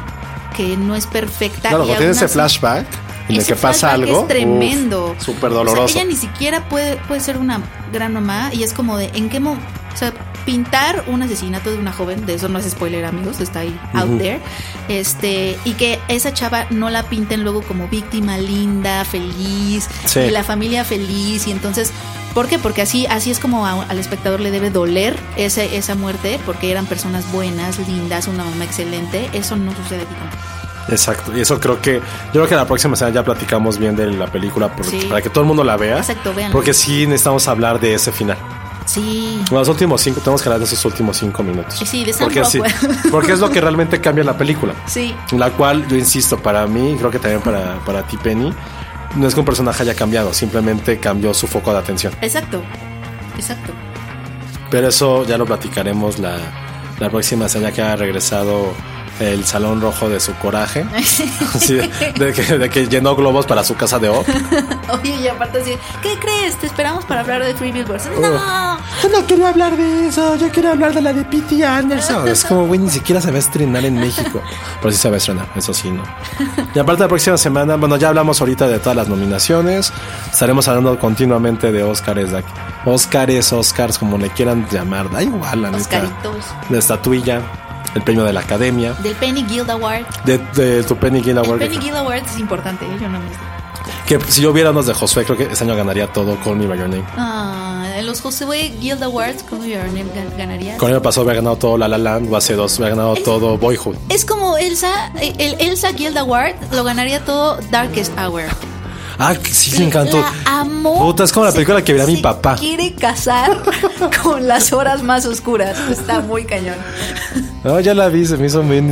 [SPEAKER 3] que no es perfecta.
[SPEAKER 2] Claro,
[SPEAKER 3] y
[SPEAKER 2] cuando
[SPEAKER 3] aún
[SPEAKER 2] tiene ese
[SPEAKER 3] así-
[SPEAKER 2] flashback en el
[SPEAKER 3] ese
[SPEAKER 2] que pasa
[SPEAKER 3] flashback
[SPEAKER 2] algo.
[SPEAKER 3] Es tremendo.
[SPEAKER 2] uf, Súper
[SPEAKER 3] O sea,
[SPEAKER 2] doloroso.
[SPEAKER 3] ella ni siquiera puede, puede ser una gran mamá y es como de en qué mo- o sea, pintar un asesinato de una joven, de eso no es spoiler amigos, está ahí out there, este, y que esa chava no la pinten luego como víctima linda, feliz,
[SPEAKER 2] Sí.
[SPEAKER 3] y la familia feliz, y entonces, ¿por qué? Porque así, así es como a- al espectador le debe doler ese, esa muerte, porque eran personas buenas, lindas, una mamá excelente, eso no sucede aquí tampoco.
[SPEAKER 2] Exacto. Y eso creo que. Yo creo que la próxima semana ya platicamos bien de la película por-
[SPEAKER 3] Sí.
[SPEAKER 2] para que todo el mundo la vea.
[SPEAKER 3] Exacto, véanla.
[SPEAKER 2] Porque sí necesitamos hablar de ese final.
[SPEAKER 3] Sí.
[SPEAKER 2] Bueno, los últimos cinco, tenemos que hablar de esos últimos cinco minutos.
[SPEAKER 3] Sí, de Sam
[SPEAKER 2] porque, sí,
[SPEAKER 3] Rockwell.
[SPEAKER 2] porque es lo que realmente cambia la película.
[SPEAKER 3] Sí,
[SPEAKER 2] La cual, yo insisto, para mí, creo que también para, para ti, Penny, no es que un personaje haya cambiado, simplemente cambió su foco de atención.
[SPEAKER 3] exacto, exacto.
[SPEAKER 2] Pero eso ya lo platicaremos la, la próxima semana que ha regresado el Salón Rojo de su coraje. Sí, de, que, de que llenó globos para su casa de O.
[SPEAKER 3] Oye, y aparte así, ¿qué crees? Te esperamos para hablar de Three Billboards. ¡No!
[SPEAKER 2] Yo no quiero hablar de eso, yo quiero hablar de la de P.T. Anderson. Es como, güey, ni siquiera se va a estrenar en México. Pero sí se va a estrenar, eso sí, ¿no? Y aparte la próxima semana, bueno, ya hablamos ahorita de todas las nominaciones. Estaremos hablando continuamente de Óscares, de aquí. Óscares, Óscars, como le quieran llamar. Da igual, la neta.
[SPEAKER 3] Oscaritos.
[SPEAKER 2] La estatuilla, el premio de la academia,
[SPEAKER 3] Del Penny Guild Award.
[SPEAKER 2] de, de tu Penny Guild
[SPEAKER 3] El
[SPEAKER 2] Award.
[SPEAKER 3] Penny Guild Award es importante, ¿eh? yo no me sé.
[SPEAKER 2] Que si yo viera unos de Josué, creo que este año ganaría todo con mi By Your Name.
[SPEAKER 3] Ah, en los José Guild Awards, ¿cómo Your Name gan- ganaría?
[SPEAKER 2] Con el año pasado había ganado todo La La Land, o hace dos, había ganado todo Boyhood.
[SPEAKER 3] Es como Elsa, el el Elsa Guild Award lo ganaría todo Darkest Hour.
[SPEAKER 2] Ah, que sí, me encantó.
[SPEAKER 3] La amó.
[SPEAKER 2] Puta, es como la
[SPEAKER 3] Se-
[SPEAKER 2] película que veía mi
[SPEAKER 3] se
[SPEAKER 2] papá.
[SPEAKER 3] Quiere casar con las horas más oscuras. Está muy cañón.
[SPEAKER 2] No, ya la vi, se me hizo muy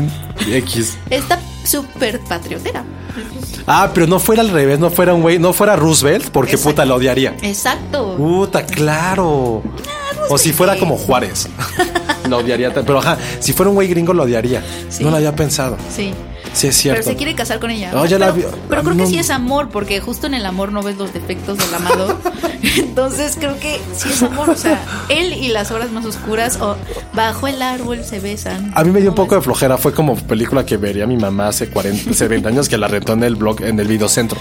[SPEAKER 2] X.
[SPEAKER 3] Está súper patriotera.
[SPEAKER 2] Ah, pero no fuera al revés, no fuera un güey, no fuera Roosevelt, porque
[SPEAKER 3] Exacto.
[SPEAKER 2] puta la odiaría.
[SPEAKER 3] Exacto.
[SPEAKER 2] Puta, claro. Uh. O si fuera como Juárez. La odiaría. ta- Pero ajá, si fuera un güey gringo, la odiaría.
[SPEAKER 3] Sí.
[SPEAKER 2] No la había pensado.
[SPEAKER 3] Sí.
[SPEAKER 2] Sí, es cierto.
[SPEAKER 3] Pero se quiere casar con ella.
[SPEAKER 2] No, ya
[SPEAKER 3] pero,
[SPEAKER 2] la vi- Ah,
[SPEAKER 3] pero creo
[SPEAKER 2] no.
[SPEAKER 3] que sí es amor, porque justo en el amor no ves los defectos del amado. Entonces creo que sí es amor. O sea, él y las horas más oscuras o bajo el árbol se besan.
[SPEAKER 2] A mí me dio un poco de flojera. Fue como película que vería mi mamá hace 40, hace 20 años que la rentó en el blog, en el videocentro.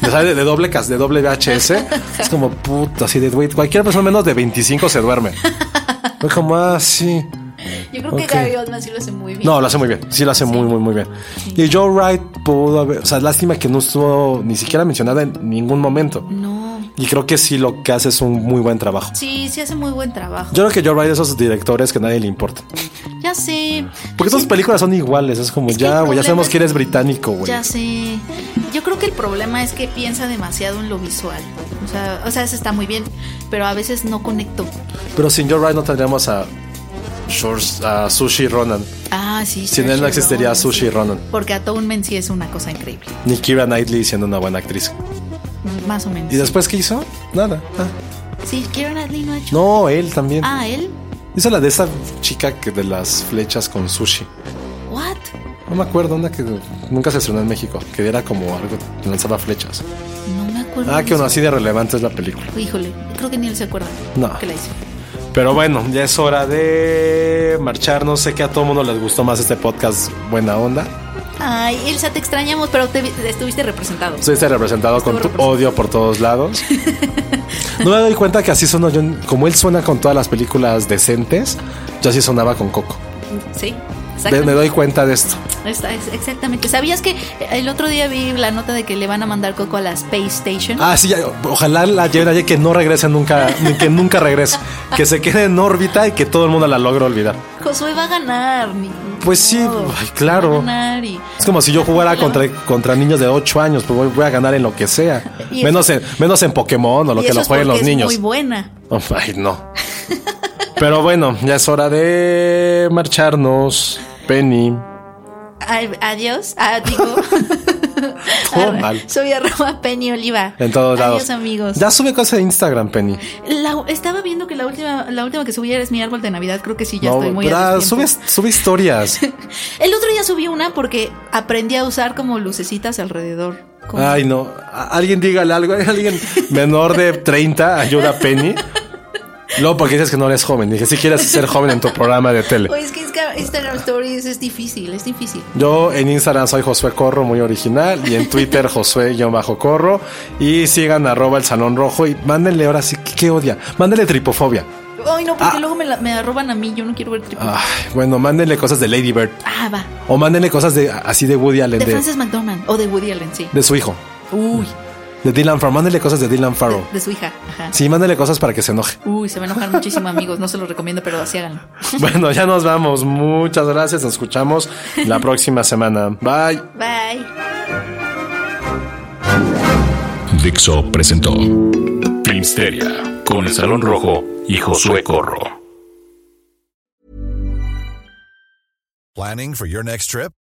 [SPEAKER 2] Ya sabes, De, de doble cas, de doble VHS. Es como puta, así de güey. Cualquier persona menos de 25 se duerme. Fue como así.
[SPEAKER 3] Yo creo que
[SPEAKER 2] Ok.
[SPEAKER 3] Gary Oldman sí lo hace muy bien.
[SPEAKER 2] No, lo hace muy bien. Sí, lo hace muy, muy, muy bien. Y Joe Wright pudo haber. O sea, lástima que no estuvo ni siquiera mencionada en ningún momento.
[SPEAKER 3] No.
[SPEAKER 2] Y creo que sí lo que hace es un muy buen trabajo.
[SPEAKER 3] Sí, sí hace muy buen trabajo.
[SPEAKER 2] Yo creo que Joe Wright es de esos directores que a nadie le importa.
[SPEAKER 3] Ya sé.
[SPEAKER 2] Porque sus películas son iguales. Es como
[SPEAKER 3] Es que el
[SPEAKER 2] ya, güey, ya
[SPEAKER 3] problema
[SPEAKER 2] sabemos
[SPEAKER 3] es-
[SPEAKER 2] que eres británico, güey.
[SPEAKER 3] Ya sé. Yo creo que el problema es que piensa demasiado en lo visual. O sea, o sea, eso está muy bien, pero a veces no conecto.
[SPEAKER 2] Pero sin Joe Wright no tendríamos a, Shores- a Sushi Ronan,
[SPEAKER 3] Ah, sí.
[SPEAKER 2] Sin él no
[SPEAKER 3] Saoirse
[SPEAKER 2] existiría
[SPEAKER 3] Ronan,
[SPEAKER 2] Saoirse
[SPEAKER 3] sí.
[SPEAKER 2] Ronan.
[SPEAKER 3] Porque Atonement sí es una cosa increíble.
[SPEAKER 2] ni Kira Knightley siendo una buena actriz.
[SPEAKER 3] Más o menos.
[SPEAKER 2] ¿Y después qué hizo? Nada. Ah,
[SPEAKER 3] Sí, Kieran Adley no ha hecho.
[SPEAKER 2] no, él también.
[SPEAKER 3] Ah, él.
[SPEAKER 2] Hizo la de esa chica que de las flechas con sushi.
[SPEAKER 3] What?
[SPEAKER 2] No me acuerdo, una que nunca se estrenó en México, que era como algo que lanzaba flechas.
[SPEAKER 3] No me acuerdo.
[SPEAKER 2] Ah,
[SPEAKER 3] de
[SPEAKER 2] que bueno,
[SPEAKER 3] eso.
[SPEAKER 2] así de relevante es la película.
[SPEAKER 3] Híjole, creo que ni él se acuerda.
[SPEAKER 2] No.
[SPEAKER 3] Que la hizo.
[SPEAKER 2] Pero bueno, ya es hora de marcharnos. Sé que a todo mundo les gustó más este podcast Buena Onda.
[SPEAKER 3] Ay, Elsa, te extrañamos, pero te, vi- estuviste representado.
[SPEAKER 2] Estuviste representado con tu
[SPEAKER 3] Estuvo representado.
[SPEAKER 2] odio por todos lados. No me doy cuenta que así sonó yo, como él suena con todas las películas decentes, yo así sonaba con Coco.
[SPEAKER 3] Sí.
[SPEAKER 2] Me, me
[SPEAKER 3] Exactamente.
[SPEAKER 2] doy cuenta de esto.
[SPEAKER 3] Está- es- exactamente. ¿Sabías que el otro día vi la nota de que le van a mandar coco a la Space Station?
[SPEAKER 2] Ah, sí, ya, ojalá la lleven allá que no regrese nunca, ni que nunca regrese, que se quede en órbita y que todo el mundo la logre olvidar.
[SPEAKER 3] Josué va a ganar. ni-
[SPEAKER 2] Pues sí,
[SPEAKER 3] no.
[SPEAKER 2] ay, claro.
[SPEAKER 3] Va a ganar y-
[SPEAKER 2] Es como si yo jugara contra, contra niños de 8 años, pues voy, voy a ganar en lo que sea.
[SPEAKER 3] Y
[SPEAKER 2] Menos en, menos en Pokémon o lo
[SPEAKER 3] y
[SPEAKER 2] que
[SPEAKER 3] eso
[SPEAKER 2] lo
[SPEAKER 3] es
[SPEAKER 2] jueguen
[SPEAKER 3] porque
[SPEAKER 2] los
[SPEAKER 3] es
[SPEAKER 2] niños.
[SPEAKER 3] muy buena.
[SPEAKER 2] Oh, Ay, no. Pero bueno, ya es hora de marcharnos. Penny.
[SPEAKER 3] Ay, adiós. Ah, digo.
[SPEAKER 2] Todo Oh,
[SPEAKER 3] Arro-
[SPEAKER 2] mal.
[SPEAKER 3] Soy arroba Penny Oliva.
[SPEAKER 2] En todos lados.
[SPEAKER 3] Adiós, amigos.
[SPEAKER 2] Ya sube cosas de Instagram, Penny.
[SPEAKER 3] La- estaba viendo que la última, la última que subí es mi árbol de Navidad. Creo que sí, ya
[SPEAKER 2] No,
[SPEAKER 3] estoy muy
[SPEAKER 2] pero,
[SPEAKER 3] a
[SPEAKER 2] ah, sube,
[SPEAKER 3] destiempo.
[SPEAKER 2] sube historias.
[SPEAKER 3] El otro día subí una porque aprendí a usar como lucecitas alrededor. Como-
[SPEAKER 2] Ay, no. A- Alguien dígale algo. Alguien menor de 30 ayuda a Penny. Luego, porque dices que no eres joven. Dije, si quieres ser joven en tu programa de tele.
[SPEAKER 3] Oye, es que Insta- Instagram Stories es difícil, es difícil.
[SPEAKER 2] Yo en Instagram soy Josué Corro, muy original, y en Twitter Josué-Corro. Y sigan arroba el Salón Rojo y mándenle ahora sí, ¿qué, qué odia? Mándenle tripofobia.
[SPEAKER 3] Ay, no, porque luego me, la- me arroban a mí. Yo no quiero ver Tripoli. Ah,
[SPEAKER 2] Ay, bueno, mándenle cosas de Lady Bird.
[SPEAKER 3] va.
[SPEAKER 2] O mándenle cosas de así de Woody Allen,
[SPEAKER 3] De
[SPEAKER 2] de,
[SPEAKER 3] Frances McDormand o de Woody Allen, sí.
[SPEAKER 2] de su hijo.
[SPEAKER 3] Uy,
[SPEAKER 2] De Dylan Farr. Mándenle cosas de Dylan Farrow.
[SPEAKER 3] de su hija. Ajá.
[SPEAKER 2] Sí, mándenle cosas para que se enoje.
[SPEAKER 3] Uy, se va a enojar muchísimo, amigos. No se los recomiendo, pero así háganlo.
[SPEAKER 2] Bueno, ya nos vamos. Muchas gracias. Nos escuchamos la próxima semana. Bye.
[SPEAKER 3] Bye.
[SPEAKER 1] Dixo presentó Filmsteria con el Salón Rojo y Josué Corro.
[SPEAKER 4] Planning for your next trip?